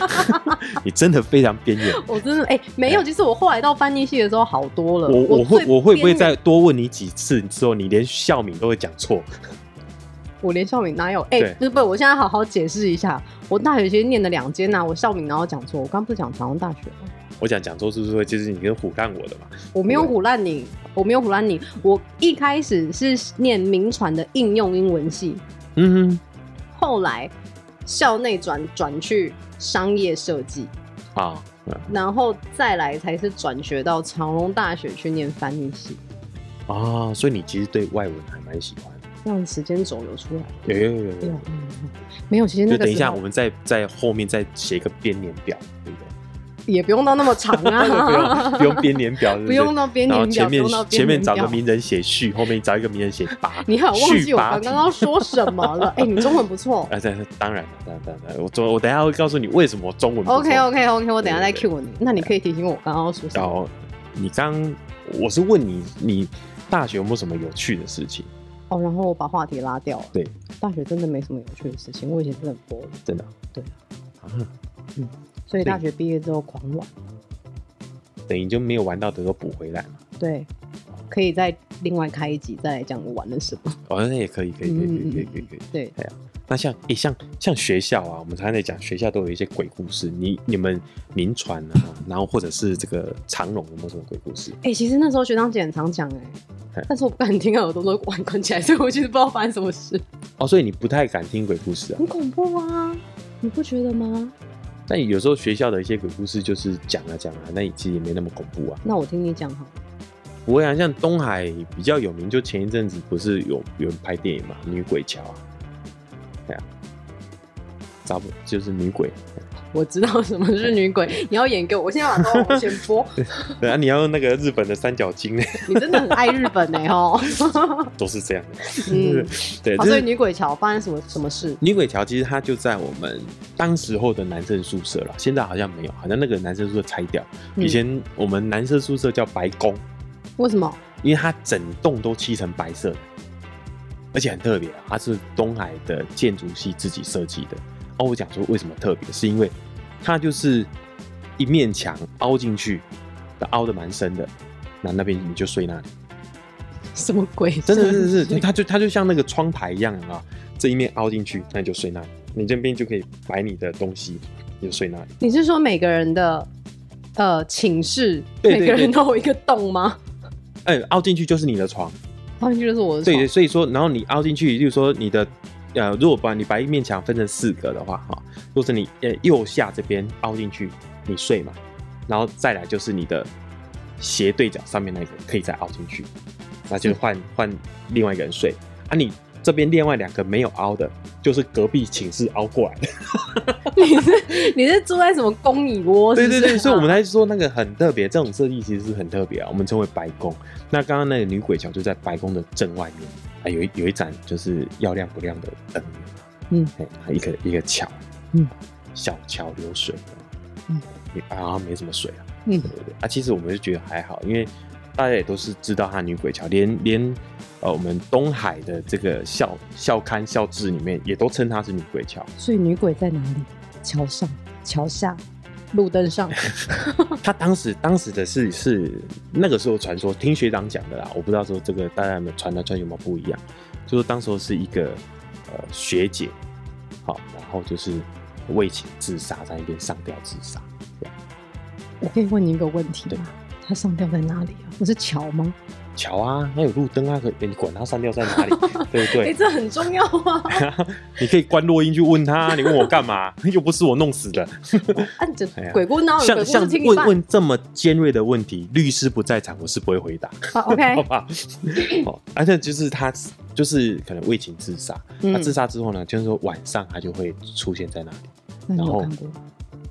Speaker 2: 你真的非常边缘。
Speaker 1: 我真的哎、没有。其实我后来到翻译系的时候好多了。
Speaker 2: 我我会
Speaker 1: 呃最
Speaker 2: 我会不会
Speaker 1: 边缘
Speaker 2: 再多问你几次之后，你连校名都会讲错？
Speaker 1: 我连校名哪有？哎、
Speaker 2: 对
Speaker 1: 不是不是，我现在好好解释一下。我大学其实念了两间啊呐，我校名然后讲错，我刚不是讲长荣大学吗？
Speaker 2: 我讲讲错是不是会就是你跟唬烂我的嘛？
Speaker 1: 我没有唬烂你，我没有唬烂你。我一开始是念名传的应用英文系，
Speaker 2: 嗯
Speaker 1: 后来校内转转去商业设计，
Speaker 2: 哼，啊，嗯
Speaker 1: 然后再来才是转学到长隆大学去念翻译系，
Speaker 2: 啊，所以你其实对外文还蛮喜欢的。
Speaker 1: 让时间轴有出来。
Speaker 2: 有有有有
Speaker 1: 没有
Speaker 2: 有，，
Speaker 1: 嗯没有，其实那
Speaker 2: 就
Speaker 1: 个
Speaker 2: 等一
Speaker 1: 时
Speaker 2: 下
Speaker 1: 候
Speaker 2: 我们再在后面再写一个编年表，对不 对？
Speaker 1: 也不用到那么长
Speaker 2: 不
Speaker 1: 啊，
Speaker 2: 用不用编年表，对
Speaker 1: 不
Speaker 2: 对
Speaker 1: 用到编
Speaker 2: 然后
Speaker 1: 年表，
Speaker 2: 前
Speaker 1: 不
Speaker 2: 面
Speaker 1: 用到编
Speaker 2: 前面
Speaker 1: 年
Speaker 2: 找
Speaker 1: 表
Speaker 2: 个名人写序，后面找一个名人写跋。
Speaker 1: 你好，忘记
Speaker 2: 续
Speaker 1: 我
Speaker 2: 跋
Speaker 1: 刚
Speaker 2: 题
Speaker 1: 刚要说什么了？哎、你中文不错。
Speaker 2: 啊，这当然，当然，当然，我中我等一下会告诉你为什么中文不错。
Speaker 1: OK OK OK，我等一下再
Speaker 2: 对对
Speaker 1: Q 你。那你可以提醒我刚刚要说什
Speaker 2: 然
Speaker 1: 么？
Speaker 2: 后你刚我是问你，你大学有没有什么有趣的事情？
Speaker 1: 哦，然后我把话题拉掉了。
Speaker 2: 对，
Speaker 1: 大学真的没什么有趣的事情，我以前真的很 b o
Speaker 2: 真的，啊
Speaker 1: 对，所以
Speaker 2: 对
Speaker 1: 大学毕业之后狂玩，
Speaker 2: 等于就没有玩到的都补回来嘛。
Speaker 1: 对，可以再另外开一集再来讲我玩了什么。
Speaker 2: 哦，那也可以，可以，
Speaker 1: 嗯
Speaker 2: 可以，可以，可以，可以，可以。
Speaker 1: 对，
Speaker 2: 那像诶、像像学校啊，我们常常在讲学校都有一些鬼故事，你你们民传啊，然后或者是这个长荣有没有什么鬼故事？
Speaker 1: 哎、其实那时候学长姐很常讲哎、
Speaker 2: 嘿
Speaker 1: 但是我不敢听啊，耳朵都玩关起来，所以我其实不知道发生什么事，
Speaker 2: 哦，所以你不太敢听鬼故事啊
Speaker 1: 很？恐怖啊，你不觉得吗？
Speaker 2: 但有时候学校的一些鬼故事就是讲啊讲啊，那其实也没那么恐怖啊。
Speaker 1: 那我听你讲好了，
Speaker 2: 不会啊，像东海比较有名，就前一阵子不是有有人拍电影嘛，《女鬼桥》啊，对啊，咋不就是女鬼？
Speaker 1: 我知道什么是女鬼，你要演给我，我现在把刀往前 拨，
Speaker 2: 对啊，你要用那个日本的三角巾，
Speaker 1: 你真的很爱日本哎、哦。
Speaker 2: 都是这样的。
Speaker 1: 嗯，
Speaker 2: 对，
Speaker 1: 好，
Speaker 2: 就
Speaker 1: 所以
Speaker 2: 是
Speaker 1: 女鬼桥发生什么什么事？
Speaker 2: 女鬼桥其实它就在我们当时候的男生宿舍了，现在好像没有，好像那个男生宿舍拆掉。
Speaker 1: 嗯
Speaker 2: 以前我们男生宿舍叫白宫，
Speaker 1: 为嗯什么？
Speaker 2: 因为它整栋都漆成白色的，而且很特别啊，它是东海的建筑系自己设计的。哦，我讲说为什么特别，是因为它就是一面墙凹进去，凹的蛮深的，那那边你就睡那里。
Speaker 1: 什么鬼？
Speaker 2: 真的是是，它就它就像那个窗台一样啊，这一面凹进去，那你就睡那里，你这边就可以摆你的东西，你就睡那里。
Speaker 1: 你是说每个人的呃寝室，
Speaker 2: 对对
Speaker 1: 每个人都有一个洞吗？
Speaker 2: 哎、凹进去就是你的床，
Speaker 1: 上去就是我的
Speaker 2: 所
Speaker 1: 床。
Speaker 2: 以所以说，然后你凹进去，例如说你的呃，如果把你把一面墙分成四格的话，哈、如果是你呃右下这边凹进去，你睡嘛，然后再来就是你的斜对角上面那个可以再凹进去，那就换换另外一个人睡啊，你。这边另外两个没有凹的，就是隔壁寝室凹过来的。
Speaker 1: 你是你是住在什么公蚁窝？
Speaker 2: 对
Speaker 1: 是不
Speaker 2: 对
Speaker 1: 是
Speaker 2: 对，所以我们来说那个很特别，这种设计其实是很特别啊，我们称为白宫。那刚刚那个女鬼桥就在白宫的正外面啊，有一有一盏就是要亮不亮的灯，
Speaker 1: 嗯
Speaker 2: 哎，一个一个桥，
Speaker 1: 嗯，
Speaker 2: 小桥流水，
Speaker 1: 嗯，
Speaker 2: 啊没什么水啊，
Speaker 1: 嗯
Speaker 2: 对对对啊，其实我们就觉得还好，因为大家也都是知道它女鬼桥，连连呃我们东海的这个校校刊校志里面也都称它是女鬼桥，
Speaker 1: 所以女鬼在哪里？桥上、桥下、路灯上。
Speaker 2: 他当时当时的是是那个时候传说，听学长讲的啦，我不知道说这个大家有没有传来传去有没有不一样，就说当时候是一个呃学姐，好，然后就是为情自杀，在那边上吊自杀。
Speaker 1: 我可以问你一个问题
Speaker 2: 对
Speaker 1: 吗？它上吊在哪里啊？不是桥吗？
Speaker 2: 桥啊，那有路灯啊，可以你管他上吊在哪 里，对不
Speaker 1: 哎、
Speaker 2: 对？
Speaker 1: 这很重要啊！
Speaker 2: 你可以关录音去问他，你问我干嘛？又不是我弄死的。
Speaker 1: 啊，你这
Speaker 2: 哎呀
Speaker 1: 鬼故闹，鬼
Speaker 2: 像
Speaker 1: 故
Speaker 2: 像
Speaker 1: 事听一
Speaker 2: 问
Speaker 1: 半。
Speaker 2: 问这么尖锐的问题，律师不在场，我是不会回答。
Speaker 1: 好
Speaker 2: 好
Speaker 1: OK，
Speaker 2: 吧，哦，而且就是他就是可能为情自杀，他
Speaker 1: 嗯
Speaker 2: 自，杀之后呢，就是说晚上他就会出现在那里，
Speaker 1: 那你
Speaker 2: 然
Speaker 1: 有
Speaker 2: 后
Speaker 1: 看过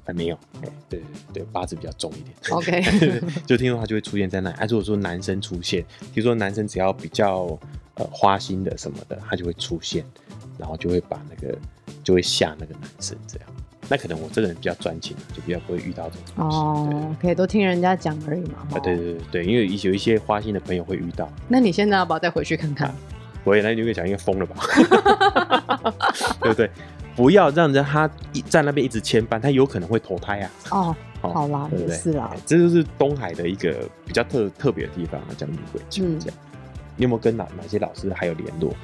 Speaker 2: 还没有，哎、对对对，八字比较重一点。
Speaker 1: ？OK，
Speaker 2: 就听说他就会出现在那里，啊，如果说男生出现，听说男生只要比较呃花心的什么的，他就会出现，然后就会把那个就会吓那个男生这样。那可能我这个人比较专情，就比较不会遇到这种东西。
Speaker 1: 哦，OK，都听人家讲而已嘛。哦
Speaker 2: 对啊对对对对，因为有一些花心的朋友会遇到，
Speaker 1: 那你现在要不要再回去看
Speaker 2: 啊
Speaker 1: 看？
Speaker 2: 我也来女鬼桥应该疯了吧？ 对不对？不要让人他一在那边一直牵绊，他有可能会投胎啊。
Speaker 1: 哦，
Speaker 2: 哦
Speaker 1: 好啦，
Speaker 2: 对不
Speaker 1: 也
Speaker 2: 对？
Speaker 1: 是啦
Speaker 2: 哎，这就是东海的一个比较特特别的地方啊，叫女鬼桥
Speaker 1: 嗯
Speaker 2: 这样。你有没有跟哪哪些老师还有联络？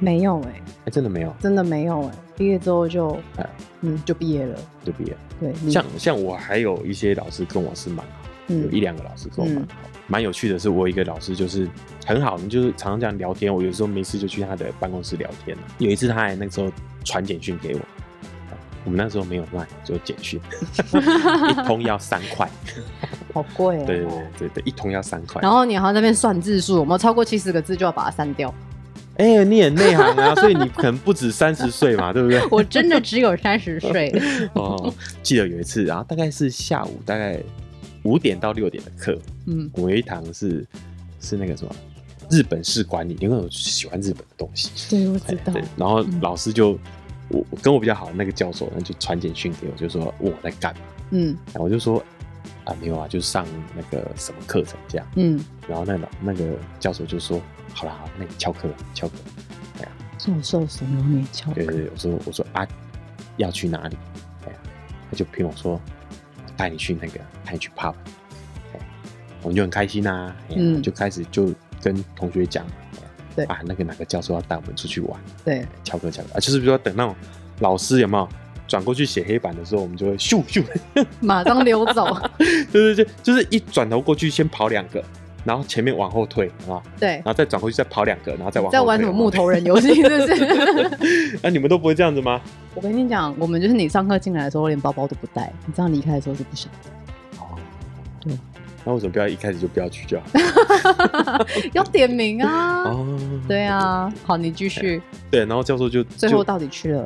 Speaker 1: 没有哎、
Speaker 2: 哎、真的没有，
Speaker 1: 真的没有哎、毕业之后就
Speaker 2: 哎，
Speaker 1: 嗯，就毕业了。
Speaker 2: 对不对？
Speaker 1: 对，你
Speaker 2: 像像我还有一些老师跟我是蛮好，有一
Speaker 1: 嗯
Speaker 2: 两个老师跟我蛮好，蛮、有趣的是，我有一个老师就是很好，我们就是常常这样聊天。我有时候没事就去他的办公室聊天啊有一次他还那时候传简讯给我，我们那时候没有 line，就简讯， 一通要三块，
Speaker 1: 好贵哦、
Speaker 2: 对对对对对，一通要三块。
Speaker 1: 然后你还要在那边算字数，有没有超过七十个字就要把它删掉？
Speaker 2: 哎、你也内行啊，所以你可能不止三十岁嘛，对不对？
Speaker 1: 我真的只有三十 岁。
Speaker 2: 哦，记得有一次，然后大概是下午大概五点到六点的课，
Speaker 1: 嗯，
Speaker 2: 我有一堂是是那个什么日本式管理，因为我喜欢日本的东西，
Speaker 1: 对，我知道
Speaker 2: 对。，然后
Speaker 1: 嗯
Speaker 2: 老师就我我跟我比较好的那个教授呢，就传简讯给我，就说问我在干嘛，
Speaker 1: 嗯
Speaker 2: 然后我就说啊没有啊，就上那个什么课程这样。
Speaker 1: 嗯，
Speaker 2: 然后那个老那个教授就说好啦，好啦那你翘课吧翘课。
Speaker 1: 教授什么年翘？
Speaker 2: 对对对，我说我说啊要去哪里？哎呀，他就骗我说，我带你去那个，带你去 pub，哎我们就很开心啊，哎呀
Speaker 1: 嗯
Speaker 2: 就开始就跟同学讲，哎呀
Speaker 1: 对
Speaker 2: 啊，那个哪个教授要带我们出去玩，
Speaker 1: 对，
Speaker 2: 翘课翘课啊，就是比如说等那种老师有没有转过去写黑板的时候，我们就会咻咻，
Speaker 1: 马上溜走，
Speaker 2: 对对对，就是一转头过去先跑两个，然后前面往后退啊，
Speaker 1: 对
Speaker 2: 然，后再转过去再跑两个，然后再往哦后退
Speaker 1: 在玩什么木？头人游戏，是不是？
Speaker 2: 那、啊你们都不会这样子吗？
Speaker 1: 我跟你讲，我们就是你上课进来的时候连包包都不带，你这样离开的时候是不想，
Speaker 2: 哦，
Speaker 1: 对，
Speaker 2: 那为什么不要一开始就不要去就 好？
Speaker 1: 要点名啊。
Speaker 2: 哦，
Speaker 1: 对啊，好，你继续。
Speaker 2: 对，然后教授就
Speaker 1: 最后
Speaker 2: 就
Speaker 1: 到底去了？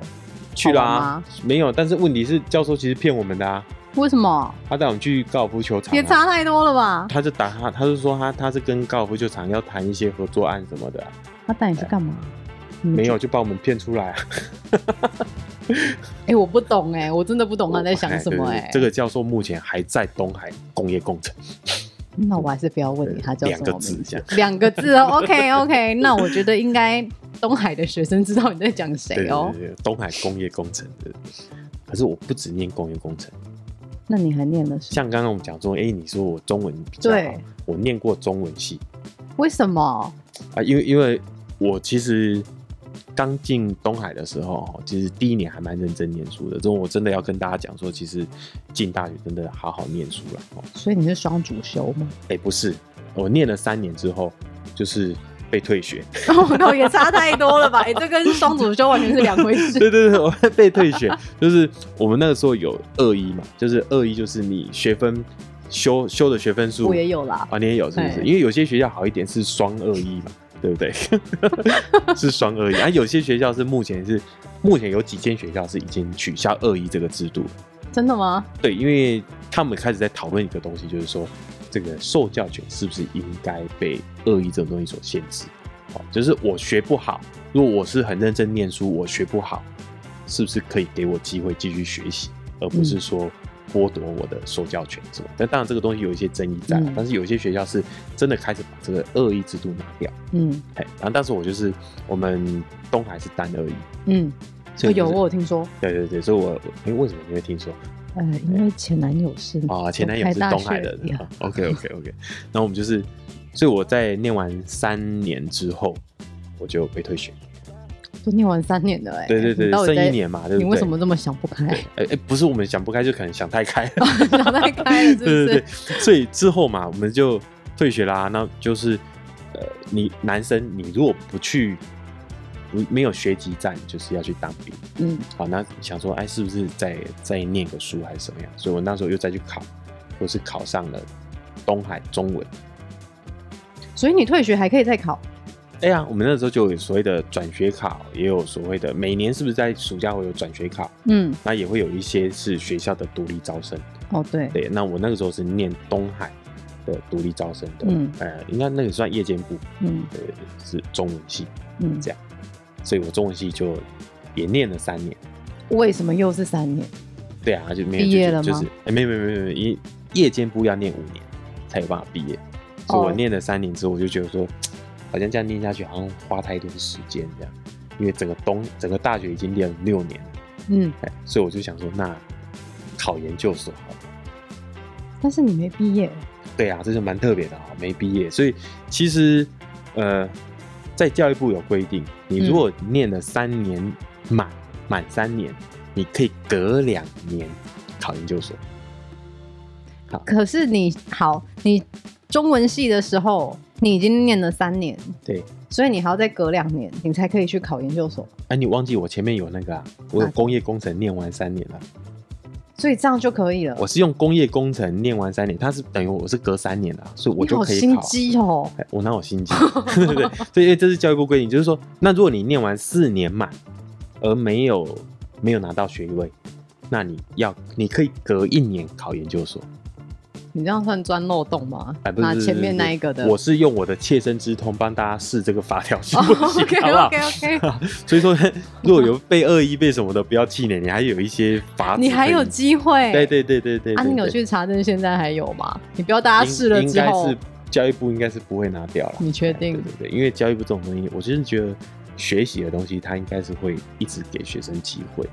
Speaker 2: 去了
Speaker 1: 好玩
Speaker 2: 啊
Speaker 1: 吗，
Speaker 2: 没有，但是问题是教授其实骗我们的啊，
Speaker 1: 为什么？
Speaker 2: 他带我们去高尔夫球场、
Speaker 1: 也
Speaker 2: 啊。
Speaker 1: 差太多了吧？
Speaker 2: 他就打他，他就说他他是跟高尔夫球场要谈一些合作案什么的啊、
Speaker 1: 他带你去干嘛？嗯
Speaker 2: 没有就把我们骗出来、啊。
Speaker 1: 哎、我不懂哎、我真的不懂 他在想什么哎、
Speaker 2: 哦对对对这个教授目前还在东海工业工程，
Speaker 1: 那我还是不要问你
Speaker 2: 对
Speaker 1: 他叫什么
Speaker 2: 两个字
Speaker 1: 名字
Speaker 2: 这样
Speaker 1: 两个字哦 ，OK OK，那我觉得应该东海的学生知道你在讲
Speaker 2: 对
Speaker 1: 谁
Speaker 2: 对
Speaker 1: 哦。
Speaker 2: 对，对东海工业工程的。可是我不只念工业工程，
Speaker 1: 那你还念了什么？
Speaker 2: 像刚刚我们讲说，哎、你说我中文比较好
Speaker 1: 对，
Speaker 2: 我念过中文系
Speaker 1: 为什么？
Speaker 2: 啊，因为因为我其实刚进东海的时候，其实第一年还蛮认真念书的。这种我真的要跟大家讲说，其实进大学真的好好念书了哦。
Speaker 1: 所以你是双主修吗？
Speaker 2: 哎、不是，我念了三年之后，就是被退学。
Speaker 1: 哦，那也差太多了吧？哎、这跟双主修完全是两回事。
Speaker 2: 对对对，我被退学， 就是我们那个时候有二一嘛，就是二一就是你学分修修的学分数，
Speaker 1: 我也有啦，
Speaker 2: 啊，你也有是不是？
Speaker 1: 哎
Speaker 2: 因为有些学校好一点是双二一嘛，对不对？ 是双二一，啊，有些学校是目前是目前有几间学校是已经取消二一这个制度了，
Speaker 1: 真的吗？
Speaker 2: 对，因为他们开始在讨论一个东西，就是说这个受教权是不是应该被恶意这种东西所限制？哦，就是我学不好，如果我是很认真念书，我学不好，是不是可以给我机会继续学习，而不
Speaker 1: 嗯
Speaker 2: 是说剥夺我的受教权，是吧？但当然这个东西有一些争议在啊，
Speaker 1: 嗯
Speaker 2: 但是有一些学校是真的开始把这个恶意制度拿掉。
Speaker 1: 嗯
Speaker 2: 哎，然后但是我就是我们东海是单恶意，
Speaker 1: 嗯，
Speaker 2: 所以
Speaker 1: 有
Speaker 2: 就
Speaker 1: 我
Speaker 2: 是
Speaker 1: 有听说，
Speaker 2: 对对对，所以我哎、为什么你会听说？
Speaker 1: 呃，因为前男友是
Speaker 2: 啊，前男友是东海人啊
Speaker 1: 我开大学呀。
Speaker 2: OK OK OK，那 我们就是，所以我在念完三年之后，我就被退学。
Speaker 1: 都念完三年了哎、
Speaker 2: 对对对
Speaker 1: 你到，底
Speaker 2: 剩
Speaker 1: 在
Speaker 2: 一年嘛，对不对？
Speaker 1: 你为什么这么想不 开？
Speaker 2: 哎哎，不是我们想不开，就可能想太开 了。
Speaker 1: 想太哦开 了，是不
Speaker 2: 对
Speaker 1: 是？
Speaker 2: 对对，所以之后嘛，我们就退学啦。那就是，呃，你男生你如果不去，不没有学籍在，你就是要去当兵。
Speaker 1: 嗯，
Speaker 2: 好，那想说，哎，是不是再再念个书还是怎么样？所以我那时候又再去考，我是考上了东海中文。
Speaker 1: 所以你退学还可以再考，
Speaker 2: 哎呀，我们那时候就有所谓的转学考，也有所谓的每年是不是在暑假会有转学考？
Speaker 1: 嗯，
Speaker 2: 那也会有一些是学校的独立招生。
Speaker 1: 哦对，
Speaker 2: 对，那我那个时候是念东海的独立招生的，
Speaker 1: 嗯
Speaker 2: 呃，应该那个算夜间部，
Speaker 1: 嗯
Speaker 2: 呃，是中文系，
Speaker 1: 嗯
Speaker 2: 这，样，所以我中文系就也念了三年。
Speaker 1: 为什么又是三年？
Speaker 2: 对啊，就没有
Speaker 1: 毕业了
Speaker 2: 就
Speaker 1: 吗
Speaker 2: 是就是哎，没有没有没有没有，夜夜间部要念五年才有办法毕业，所以我
Speaker 1: 哦
Speaker 2: 念了三年之后，我就觉得说，好像这样念下去好像花太多时间这样，因为整个东整个大学已经念了六年了，
Speaker 1: 嗯，
Speaker 2: 哎，所以我就想说，那考研究所好了。
Speaker 1: 但是你没毕业，
Speaker 2: 对啊，这是蛮特别的啊，没毕业，所以其实呃，在教育部有规定，你如果念了三年满满三年，你可以隔两年考研究所。
Speaker 1: 可是你好，你中文系的时候你已经念了三年，
Speaker 2: 对，
Speaker 1: 所以你还要再隔两年，你才可以去考研究所，
Speaker 2: 哎、你忘记我前面有那个啊，我有工业工程念完三年了，
Speaker 1: 所以这样就可以了。
Speaker 2: 我是用工业工程念完三年，它是等于我是隔三年了，所以我
Speaker 1: 你
Speaker 2: 就
Speaker 1: 好
Speaker 2: 可以
Speaker 1: 心
Speaker 2: 考。
Speaker 1: 机哦，
Speaker 2: 哎我哪有心机？ 对对对，所以因为这是教育部规定，就是说，那如果你念完四年满，而没有没有拿到学位，那你要你可以隔一年考研究所。
Speaker 1: 你这样算钻漏洞吗
Speaker 2: 哎，？不是
Speaker 1: 拿
Speaker 2: 不
Speaker 1: 啊
Speaker 2: 是
Speaker 1: 前
Speaker 2: 不
Speaker 1: 面
Speaker 2: 是
Speaker 1: 那一个的。哦
Speaker 2: 我是用我的切身之痛帮大家试这个 法条行不行，
Speaker 1: OK
Speaker 2: 好不好
Speaker 1: OK？OK，
Speaker 2: 所以说， 如果有被恶意被什么的，不要气馁，你还有一些法子可以，
Speaker 1: 你还有机会。
Speaker 2: 对对对对对对
Speaker 1: 啊，你有
Speaker 2: 对
Speaker 1: 去查证现在还有吗？你不要大家
Speaker 2: 应
Speaker 1: 试了
Speaker 2: 应
Speaker 1: 之
Speaker 2: 该
Speaker 1: 后
Speaker 2: 是，教育部应该是不会拿掉了。
Speaker 1: 你确定
Speaker 2: 对对对，因为教育部这种东西，我就是觉得学习的东西，它应该是会一直给学生机会。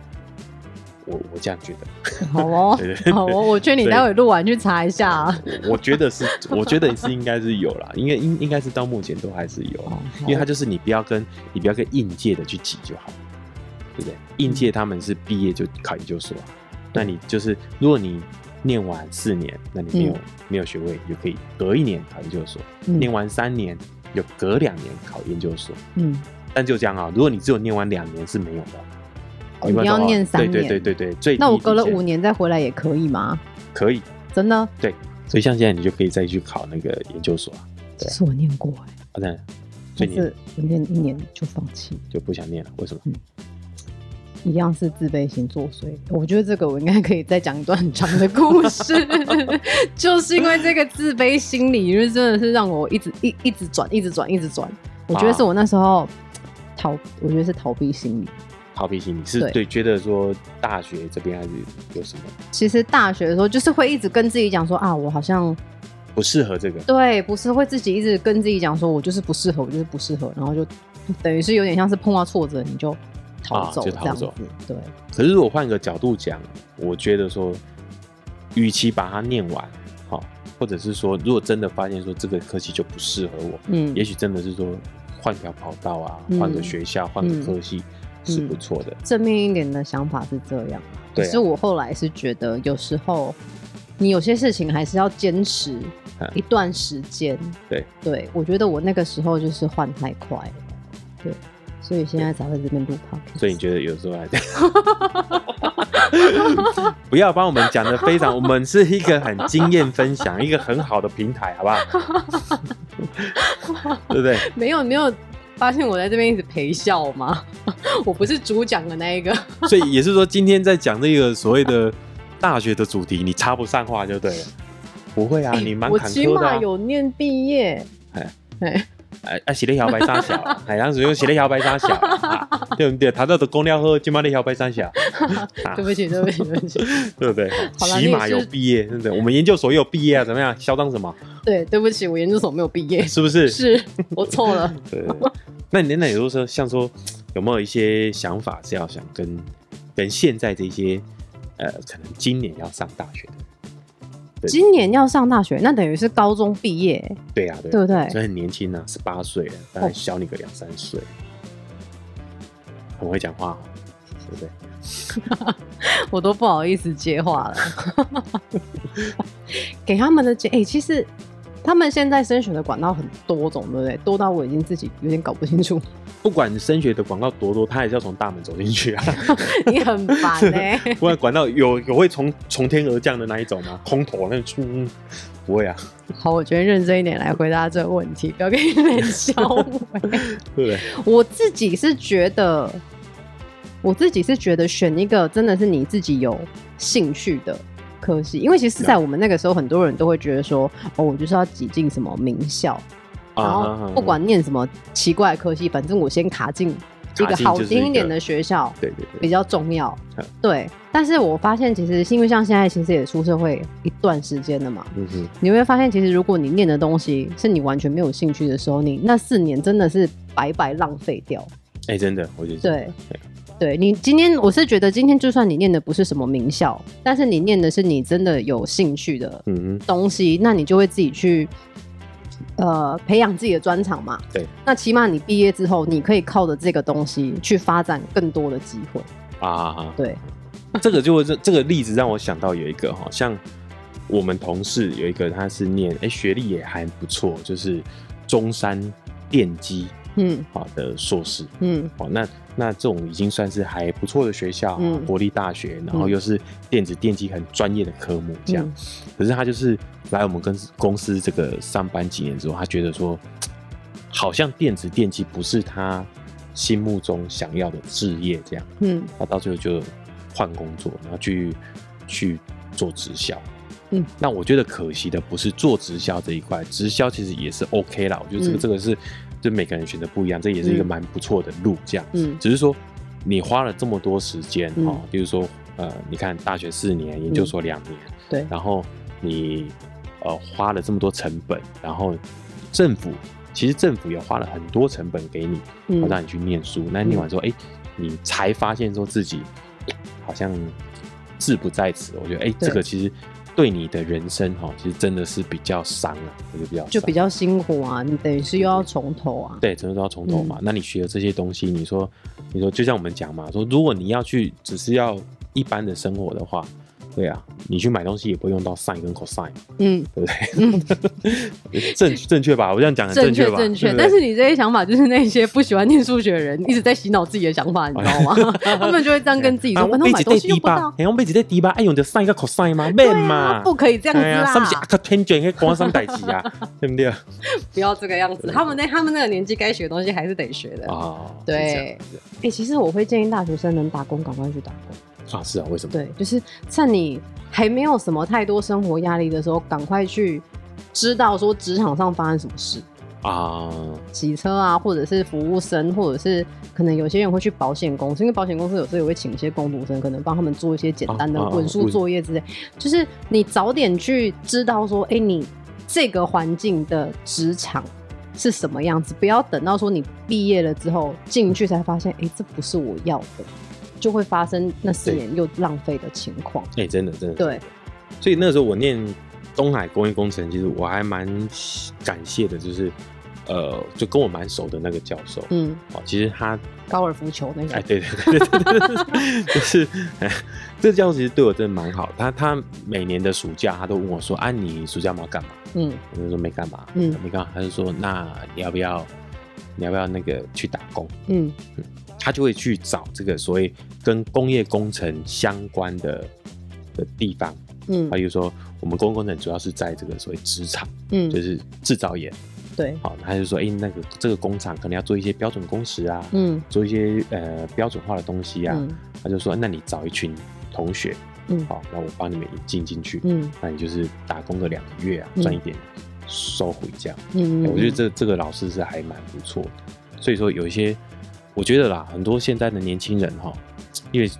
Speaker 2: 我我这样觉得，
Speaker 1: 好哦
Speaker 2: 对对，对
Speaker 1: 好哦，我劝你
Speaker 2: 对
Speaker 1: 待会录完去查一下啊。
Speaker 2: 我我觉得是，我觉得是应该是有啦，因为应应该是到目前都还是有，
Speaker 1: 哦
Speaker 2: 因为它就是你不要跟你不要跟应届的去挤就好，对不
Speaker 1: 嗯
Speaker 2: 对？应届他们是毕业就考研究所啊，那你就是如果你念完四年，那你没有、没有学位，你就可以隔一年考研究所，
Speaker 1: 嗯
Speaker 2: 念完三年有隔两年考研究所，
Speaker 1: 嗯，
Speaker 2: 但就这样啊，如果你只有念完两年是没有的。
Speaker 1: 哦
Speaker 2: 没办
Speaker 1: 你
Speaker 2: 法
Speaker 1: 要念三
Speaker 2: 对
Speaker 1: 年
Speaker 2: 对对对对，最低
Speaker 1: 那我隔了
Speaker 2: 底线
Speaker 1: 五年再回来也可以吗？
Speaker 2: 可以，
Speaker 1: 真的，
Speaker 2: 所以像现在你就可以再去考那个研究所啊，对
Speaker 1: 其实我念过哎、
Speaker 2: 啊当然，所
Speaker 1: 但
Speaker 2: 以你
Speaker 1: 是我念一年就放弃，
Speaker 2: 就不想念了，为什么？
Speaker 1: 一样是自卑心作祟。我觉得这个我应该可以再讲一段很长的故事， 就是因为这个自卑心理，就是真的是让我一直一一直转，一直转，一直转。我觉得是我那时候逃，我觉得是逃避心理。
Speaker 2: 逃避心理是
Speaker 1: 对
Speaker 2: 对，觉得说大学这边还是有什么
Speaker 1: 其实大学的时候，就是会一直跟自己讲说啊，我好像
Speaker 2: 不适合这个，
Speaker 1: 对，不是会自己一直跟自己讲说，我就是不适合，我就是不适合，然后就等于是有点像是碰到挫折你就逃
Speaker 2: 啊
Speaker 1: 走
Speaker 2: 就
Speaker 1: 这
Speaker 2: 逃
Speaker 1: 样子。
Speaker 2: 走
Speaker 1: 对，
Speaker 2: 可是如果换个角度讲，我觉得说，与其把它念完，好、或者是说，如果真的发现说这个科系就不适合我，
Speaker 1: 嗯，
Speaker 2: 也许真的是说换条跑道啊，
Speaker 1: 嗯
Speaker 2: 换个学校，换个科系、是不错的。
Speaker 1: 正面一点的想法是这样，可
Speaker 2: 对啊
Speaker 1: 是我后来是觉得有时候你有些事情还是要坚持
Speaker 2: 啊
Speaker 1: 一段时间。
Speaker 2: 对，
Speaker 1: 对我觉得我那个时候就是换太快了，对，所以现在才会这边录 podcast。
Speaker 2: 所以你觉得有时候还 不要帮我们讲的非常，我们是一个很经验分享，一个很好的平台， 好不 好？对不对？
Speaker 1: 没有没有发现我在这边一直陪笑吗？ 我不是主讲的那一个。
Speaker 2: 所以也是说，今天在讲这个所谓的大学的主题，你插不上话就对了。不会啊，你蛮
Speaker 1: 哎我
Speaker 2: 坎
Speaker 1: 起
Speaker 2: 坷的、
Speaker 1: 码
Speaker 2: 啊。
Speaker 1: 有念毕业。
Speaker 2: 哎
Speaker 1: 哎，
Speaker 2: 哎哎，写的摇摆三小， 哎，当时又写的摇摆三小，啊对不对？谈到的公料喝，今晚的摇摆三小，啊
Speaker 1: 对不起，对不起，对 不起，
Speaker 2: 对不对？
Speaker 1: 好啦
Speaker 2: 起码
Speaker 1: 那也
Speaker 2: 有
Speaker 1: 是
Speaker 2: 毕业，对不对？我们研究所也有毕业啊，怎么样？嚣张什么？
Speaker 1: 对，对不起，我研究所没有毕业，
Speaker 2: 是不 是？
Speaker 1: 是我错了。
Speaker 2: 对。对对那你那有时候说，像说有没有一些想法是要想跟跟现在这些呃，可能今年要上大学的？对
Speaker 1: 今年要上大学，那等于是高中毕业，
Speaker 2: 对呀、啊，对啊
Speaker 1: 对不对？哦
Speaker 2: 所以很年轻啊，十八岁啊，大概小你个两三岁，很会讲话、哦，对不对？
Speaker 1: 我都不好意思接话了。 给他们的建，哎、其实他们现在升学的管道很多种，对不对？多到我已经自己有点搞不清 楚。
Speaker 2: 不管升学的广告多多，他还是要从大门走进去 啊，
Speaker 1: 你很烦欸呢、
Speaker 2: 不然管道有有会从从天而降的那一种吗？空投那冲，不会啊，
Speaker 1: 好，我觉得认真一点来回答这个问题，不要跟你们笑我。
Speaker 2: 对不对？
Speaker 1: 我自己是觉得，我自己是觉得选一个真的是你自己有兴趣的科系，因为其实，在我们那个时候，很多人都会觉得说，哦，我就是要挤进什么名校，
Speaker 2: 啊
Speaker 1: 然后不管念什么奇怪的科系，反正我先卡进一个
Speaker 2: 卡进
Speaker 1: 好
Speaker 2: 就是一
Speaker 1: 听一点
Speaker 2: 个
Speaker 1: 的学校
Speaker 2: 对对对
Speaker 1: 比较重要
Speaker 2: 嗯。
Speaker 1: 对，但是我发现其实因为像现在其实也出社会一段时间了嘛，
Speaker 2: 嗯哼，
Speaker 1: 你会发现，其实如果你念的东西是你完全没有兴趣的时候，你那四年真的是白白浪费掉。
Speaker 2: 哎、真的，我觉得是
Speaker 1: 对，对你今天，我是觉得今天就算你念的不是什么名校，但是你念的是你真的有兴趣的
Speaker 2: 嗯哼，
Speaker 1: 东西，那你就会自己去呃培养自己的专长嘛。
Speaker 2: 对，
Speaker 1: 那起码你毕业之后，你可以靠着这个东西去发展更多的机会。
Speaker 2: 啊，
Speaker 1: 对，
Speaker 2: 这个就这这个例子让我想到有一个哈，像我们同事有一个，他是念哎、诶学历也还不错，就是中山电机
Speaker 1: 嗯
Speaker 2: 啊的硕士
Speaker 1: 嗯
Speaker 2: 哦，那那这种已经算是还不错的学校，
Speaker 1: 嗯
Speaker 2: 国立大学，然后又是电子电机很专业的科目这样，
Speaker 1: 嗯
Speaker 2: 可是他就是来我们公司公司这个上班几年之后，他觉得说，好像电子电机不是他心目中想要的置业这样。
Speaker 1: 嗯
Speaker 2: 他到最后就换工作，然后去去做直销。
Speaker 1: 嗯，
Speaker 2: 那我觉得可惜的不是做直销这一块，直销其实也是 OK 啦。我觉得这个、
Speaker 1: 嗯
Speaker 2: 这个是就每个人选择不一样，这也是一个蛮不错的路。这样，
Speaker 1: 嗯
Speaker 2: 只是说你花了这么多时间、
Speaker 1: 嗯
Speaker 2: 哦，比如说呃，你看大学四年，研究所两年，
Speaker 1: 对
Speaker 2: 然后你呃花了这么多成本，然后政府其实政府也花了很多成本给你，
Speaker 1: 嗯
Speaker 2: 让你去念书。那念完之后，哎、你才发现说自己好像志不在此，我觉得哎、
Speaker 1: 对
Speaker 2: 这个其实对你的人生哈、哦，其实真的是比较伤啊，就是比较
Speaker 1: 就
Speaker 2: 伤
Speaker 1: 比较辛苦啊，你等于是又要从头啊。
Speaker 2: 对，整个都要从头嘛。那你学的这些东西，你说，你说，就像我们讲嘛，说如果你要去只是要一般的生活的话，对啊，你去买东西也不会用到 sin 跟 cosine，
Speaker 1: 嗯，
Speaker 2: 对不 对？正正确吧？我这样讲很
Speaker 1: 呃正
Speaker 2: 确吧？
Speaker 1: 正确。
Speaker 2: 对不对
Speaker 1: 但是你这些想法，就是那些不喜欢念数学的人一直在洗脑自己的想法，你知道 吗？他们就会这样跟自己
Speaker 2: 啊
Speaker 1: 说：“
Speaker 2: 我
Speaker 1: 反正
Speaker 2: 被
Speaker 1: 买
Speaker 2: 子
Speaker 1: 东
Speaker 2: 在
Speaker 1: 西用
Speaker 2: 低
Speaker 1: 不
Speaker 2: 吧
Speaker 1: 到，，
Speaker 2: 哎，我被子在低吧，哎，用着 sin 跟 cosine 吗？没嘛
Speaker 1: 啊，，不可以这样子
Speaker 2: 哎呀
Speaker 1: 啦！
Speaker 2: 是不是阿克天卷跟光山代志啊？对不对啊？
Speaker 1: 不要这个样子。他们那他们那个年纪该学的东西还是得学的。
Speaker 2: 哦是
Speaker 1: 对
Speaker 2: 这样子
Speaker 1: 哎、其实我会建议大学生能打工，赶快去打工。
Speaker 2: 啊，是啊，为什么？
Speaker 1: 对，就是趁你还没有什么太多生活压力的时候，赶快去知道说职场上发生什么事，
Speaker 2: 啊，
Speaker 1: 洗车啊，或者是服务生，或者是可能有些人会去保险公司，因为保险公司有时候也会请一些工读生，可能帮他们做一些简单的
Speaker 2: 啊啊啊
Speaker 1: 文书
Speaker 2: 文
Speaker 1: 作业之类。就是你早点去知道说，哎、你这个环境的职场。是什么样子？不要等到说你毕业了之后进去才发现，哎、这不是我要的，就会发生那四
Speaker 2: 对
Speaker 1: 年又浪费的情况。
Speaker 2: 哎，真的，真的，
Speaker 1: 对，
Speaker 2: 所以那个时候我念东海工业工程，其实我还蛮感谢的，就是呃，就跟我蛮熟的那个教授
Speaker 1: 嗯，
Speaker 2: 哦，其实他
Speaker 1: 高尔夫球那个，
Speaker 2: 哎，对对对对对对， 就是哎，这教授其实对我真的蛮好，他他每年的暑假他都问我说，啊，你暑假要不要干嘛？
Speaker 1: 嗯
Speaker 2: 我就说没干嘛，
Speaker 1: 嗯
Speaker 2: 没干嘛，他就说那你要不要你要不要那个去打工？
Speaker 1: 嗯
Speaker 2: 他就会去找这个所谓跟工业工程相关的的地方，
Speaker 1: 嗯
Speaker 2: 啊，比如说我们工业工程主要是在这个所谓职场，就
Speaker 1: 嗯，
Speaker 2: 是制造业。
Speaker 1: 对，
Speaker 2: 好，他就说，哎、那个这个工厂可能要做一些标准工时啊，
Speaker 1: 嗯
Speaker 2: 做一些呃标准化的东西啊。
Speaker 1: 嗯
Speaker 2: 他就说，那你找一群同学，
Speaker 1: 嗯
Speaker 2: 好，那我帮你们引进进去，
Speaker 1: 嗯
Speaker 2: 那你就是打工个两个月啊，
Speaker 1: 嗯
Speaker 2: 赚一点收回这样。
Speaker 1: 嗯，
Speaker 2: 哎我觉得这这个老师是还蛮不错的。所以说有一些，我觉得啦，很多现在的年轻人哈，因为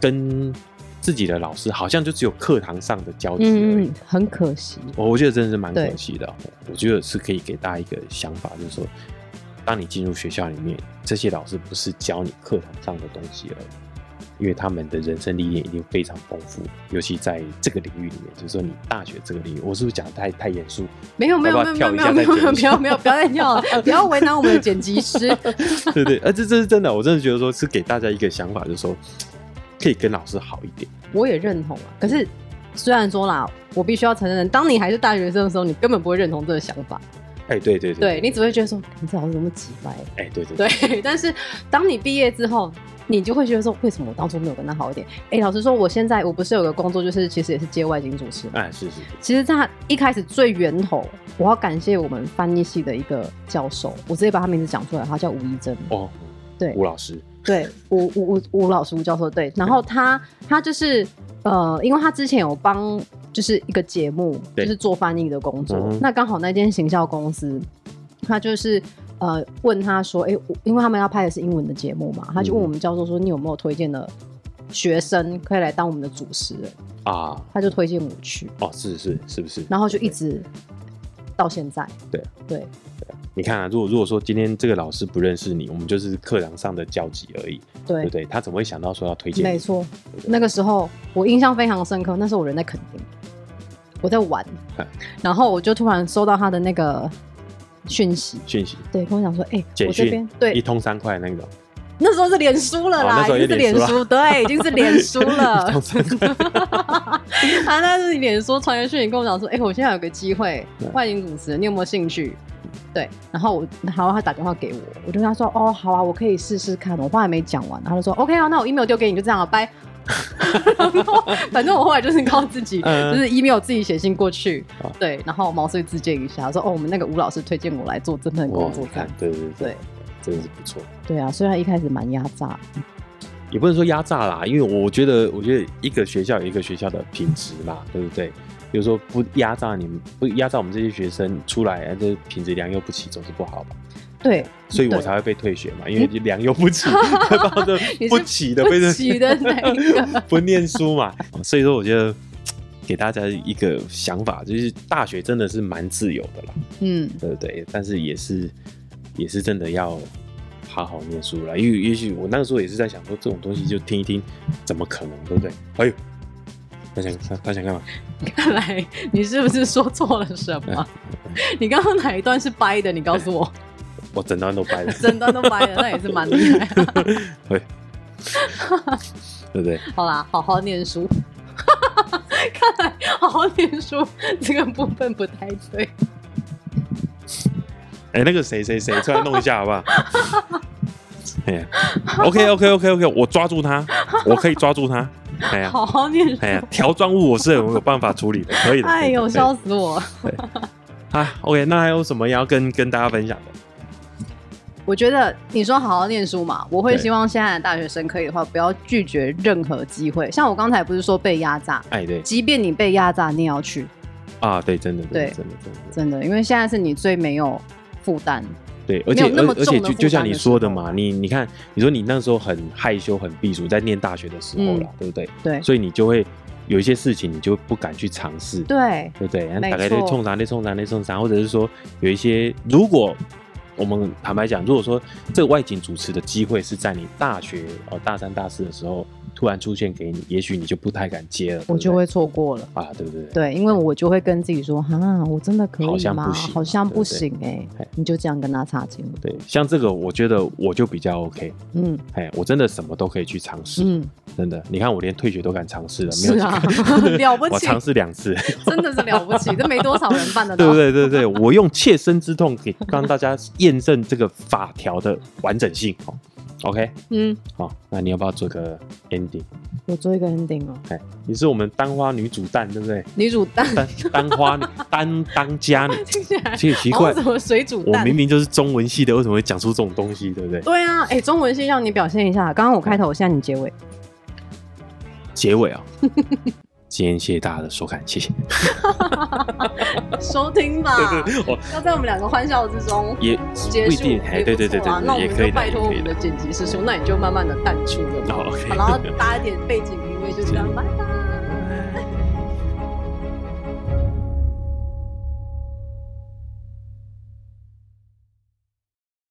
Speaker 2: 跟自己的老师好像就只有课堂上的交集而已。
Speaker 1: 嗯嗯很可惜，
Speaker 2: 我我觉得真的是蛮
Speaker 1: 对
Speaker 2: 可惜的哦。我觉得是可以给大家一个想法，就是说，当你进入学校里面，这些老师不是教你课堂上的东西而已，因为他们的人生历练一定非常丰富，尤其在这个领域里面，就是说你大学这个领域，我是不是讲得太太严肃？
Speaker 1: 没有没有没有没有没有没有没有没有没有，不要再跳了，不要为难我们的剪辑师。
Speaker 2: 对对，呃，这这是真的，我真的觉得说是给大家一个想法，就是说可以跟老师好一点。
Speaker 1: 我也认同啊，可是虽然说啦，我必须要承认，当你还是大学生的时候，你根本不会认同这个想法，
Speaker 2: 哎，对对
Speaker 1: 对你只会觉得说，你这老师怎么几百？
Speaker 2: 哎，对对，
Speaker 1: 对，但是当你毕业之后，你就会觉得说，为什么我当初没有跟他好一点？哎，老实说，我现在我不是有个工作，就是其实也是接外景主持嘛
Speaker 2: 哎，是是是，
Speaker 1: 其实，在他一开始最源头，我要感谢我们翻译系的一个教授，我直接把他名字讲出来，他叫吴一珍。
Speaker 2: 哦，
Speaker 1: 对
Speaker 2: 吴老师，
Speaker 1: 对，吴吴吴吴老师吴教授对，然后他他就是呃，因为他之前有帮就是一个节目，就
Speaker 2: 对
Speaker 1: 是做翻译的工作
Speaker 2: 嗯，哼
Speaker 1: 那刚好那间行销公司，他就是。呃，问他说：“哎、我因为他们要拍的是英文的节目嘛，他就问
Speaker 2: 嗯
Speaker 1: 我们教授说，你有没有推荐的学生可以来当我们的主持人？
Speaker 2: 啊，
Speaker 1: 他就推荐我去，
Speaker 2: 哦，是是是不是？
Speaker 1: 然后就一直到现在。
Speaker 2: 对
Speaker 1: 对，
Speaker 2: 你看啊，如果如果说今天这个老师不认识你，我们就是课堂上的交集而已，对
Speaker 1: 对
Speaker 2: 不，对？他怎么会想到说要推荐？
Speaker 1: 没，错
Speaker 2: 对不。对
Speaker 1: 那个时候我印象非常深刻，那时候我人在垦丁，我在玩
Speaker 2: 嗨，
Speaker 1: 然后我就突然收到他的那个讯息，
Speaker 2: 讯息
Speaker 1: 对，跟我讲说，哎、
Speaker 2: 简
Speaker 1: 我这边
Speaker 2: 讯，
Speaker 1: 对
Speaker 2: 一，通三块那种，
Speaker 1: 那时候是脸书了
Speaker 2: 哦那
Speaker 1: 啦，
Speaker 2: 时候
Speaker 1: 已经是
Speaker 2: 有脸
Speaker 1: 脸
Speaker 2: 书啊
Speaker 1: 书，对，已经是脸书 了
Speaker 2: 一。通三块，
Speaker 1: 他啊那是脸书传言讯息跟我讲说，哎、我现在有个机会
Speaker 2: 对，
Speaker 1: 外景主持人，你有没有兴趣？对，然后我，然后他打电话给我，我就跟他说，哦，好啊，我可以试试看。我话还没讲完，他就说，OK 啊，那我 email 丢给你，就这样了，拜。然后 反正我后来就是靠自己，
Speaker 2: 嗯
Speaker 1: 就是 email 自己写信过去
Speaker 2: 啊，
Speaker 1: 对，然后毛遂自荐一下，说，哦，我们那个吴老师推荐我来做这份
Speaker 2: 哇
Speaker 1: 工，
Speaker 2: 你
Speaker 1: 作，这
Speaker 2: 看
Speaker 1: 样，
Speaker 2: 对对对
Speaker 1: 对，
Speaker 2: 真的是不错。
Speaker 1: 对啊，虽然一开始蛮压榨，
Speaker 2: 也不能说压榨啦，因为我觉得，我觉得一个学校有一个学校的品质嘛，对不对？比如说不压榨你们，不压榨我们这些学生出来，哎这品质良莠不齐，总是不好吧？
Speaker 1: 对，
Speaker 2: 所以我
Speaker 1: 对
Speaker 2: 才会被退学嘛，因为良莠不齐， 到这
Speaker 1: 你是
Speaker 2: 不齐的
Speaker 1: 不
Speaker 2: 被退，
Speaker 1: 起的那一个
Speaker 2: 不念书嘛。所以说，我觉得给大家一个想法，就是大学真的是蛮自由的啦，
Speaker 1: 嗯，
Speaker 2: 对不对？但是也是也是真的要好好念书啦，因为也许我那个时候也是在想说，这种东西就听一听，怎么可能，对不对？哎呦，他想他他想干嘛？
Speaker 1: 看来你是不是说错了什 么？你刚刚哪一段是掰的？你告诉我，
Speaker 2: 我整段都掰了，
Speaker 1: 整段都掰的，那也是蛮厉害。
Speaker 2: 对，对不对？
Speaker 1: 好啦，好好念书。 看来好好念书这个部分不太对。
Speaker 2: 哎、那个谁谁谁出来弄一下好不好？ 哎呀，OK OK OK OK，我抓住他，我可以抓住他。哎呀，
Speaker 1: 好好念书
Speaker 2: 哎，呀，条状物我是有有办法处理的，可以的。
Speaker 1: 哎呦，
Speaker 2: 肖
Speaker 1: 笑死我！
Speaker 2: 啊，OK，那还有什么要跟跟大家分享的？
Speaker 1: 我觉得你说好好念书嘛，我会
Speaker 2: 对
Speaker 1: 希望现在的大学生可以的话，不要拒绝任何机会。像我刚才不是说被压榨，
Speaker 2: 哎，对
Speaker 1: 即便你被压榨，你也要去，
Speaker 2: 啊，对，真的，真的
Speaker 1: 对
Speaker 2: 真的真的，
Speaker 1: 真的，因为现在是你最没有负担。
Speaker 2: 对，而
Speaker 1: 没
Speaker 2: 且
Speaker 1: 有那
Speaker 2: 而
Speaker 1: 么
Speaker 2: 而且
Speaker 1: 重的
Speaker 2: 就
Speaker 1: 负
Speaker 2: 就像
Speaker 1: 担
Speaker 2: 你
Speaker 1: 的时
Speaker 2: 说的
Speaker 1: 候
Speaker 2: 嘛，你你看，你说你那时候很害羞、很避暑，在念大学的时候
Speaker 1: 嗯
Speaker 2: 啦，对不对？
Speaker 1: 对
Speaker 2: 所以你就会有一些事情，你就不敢去尝试，
Speaker 1: 对，
Speaker 2: 对不对？然后
Speaker 1: 没
Speaker 2: 大概在
Speaker 1: 错
Speaker 2: 冲啥、在冲啥、在冲啥，或者是说有一些，如果我们坦白讲，如果说这个外景主持的机会是在你大学哦大三、大四的时候突然出现给你，也许你就不太敢接了，对
Speaker 1: 我
Speaker 2: 不
Speaker 1: 就
Speaker 2: 对
Speaker 1: 会错过了。
Speaker 2: 啊，对不对？
Speaker 1: 对，因为我就会跟自己说，哈，我真的可以吗？
Speaker 2: 好像不行
Speaker 1: 好像不行哎、
Speaker 2: 对
Speaker 1: 你就这样跟他擦肩了。
Speaker 2: 对，像这个，我觉得我就比较 OK，
Speaker 1: 嗯
Speaker 2: 哎，我真的什么都可以去尝试，
Speaker 1: 嗯，
Speaker 2: 真的，你看我连退学都敢尝试了，没有
Speaker 1: 是啊
Speaker 2: 几个
Speaker 1: 了不起
Speaker 2: 我尝试两次，
Speaker 1: 真哦的是了不起，这没多少人办得
Speaker 2: 对
Speaker 1: 到。
Speaker 2: 不对？对不对，我用切身之痛给让大家验证这个法条的完 整性。哦 OK，
Speaker 1: 嗯，
Speaker 2: 好、那你要不要做个 ending？
Speaker 1: 我做一个 ending 哦，
Speaker 2: 哎，你是我们丹花女主蛋，对不对？
Speaker 1: 女主蛋
Speaker 2: 丹丹 花女丹当家女，
Speaker 1: 听起来
Speaker 2: 其实奇
Speaker 1: 好
Speaker 2: 怪
Speaker 1: 像，什么水煮
Speaker 2: 我
Speaker 1: 蛋
Speaker 2: 明。明就是中文系的，为什么会讲出这种东 西，对不对？
Speaker 1: 对啊，哎、中文系让你表现一下。刚刚我开头，现在你结 尾。
Speaker 2: 结尾啊、今天谢谢大家的收看，谢谢。
Speaker 1: 收听 吧，
Speaker 2: 我
Speaker 1: 要在我们两个欢笑之中
Speaker 2: 哦也
Speaker 1: 啊结
Speaker 2: 不一
Speaker 1: 束，
Speaker 2: 定，哎，
Speaker 1: 也
Speaker 2: 对
Speaker 1: 不
Speaker 2: 对对
Speaker 1: 错啊
Speaker 2: 对
Speaker 1: 那
Speaker 2: 对，
Speaker 1: 我
Speaker 2: 也
Speaker 1: 们
Speaker 2: 可以
Speaker 1: 就
Speaker 2: 的，
Speaker 1: 拜
Speaker 2: 也
Speaker 1: 托我
Speaker 2: 可以
Speaker 1: 们的
Speaker 2: 的。
Speaker 1: 剪辑师说，那你就慢慢的淡出了嘛。
Speaker 2: 好，OK
Speaker 1: 好，然后搭一点背景音乐，就是这样，拜拜。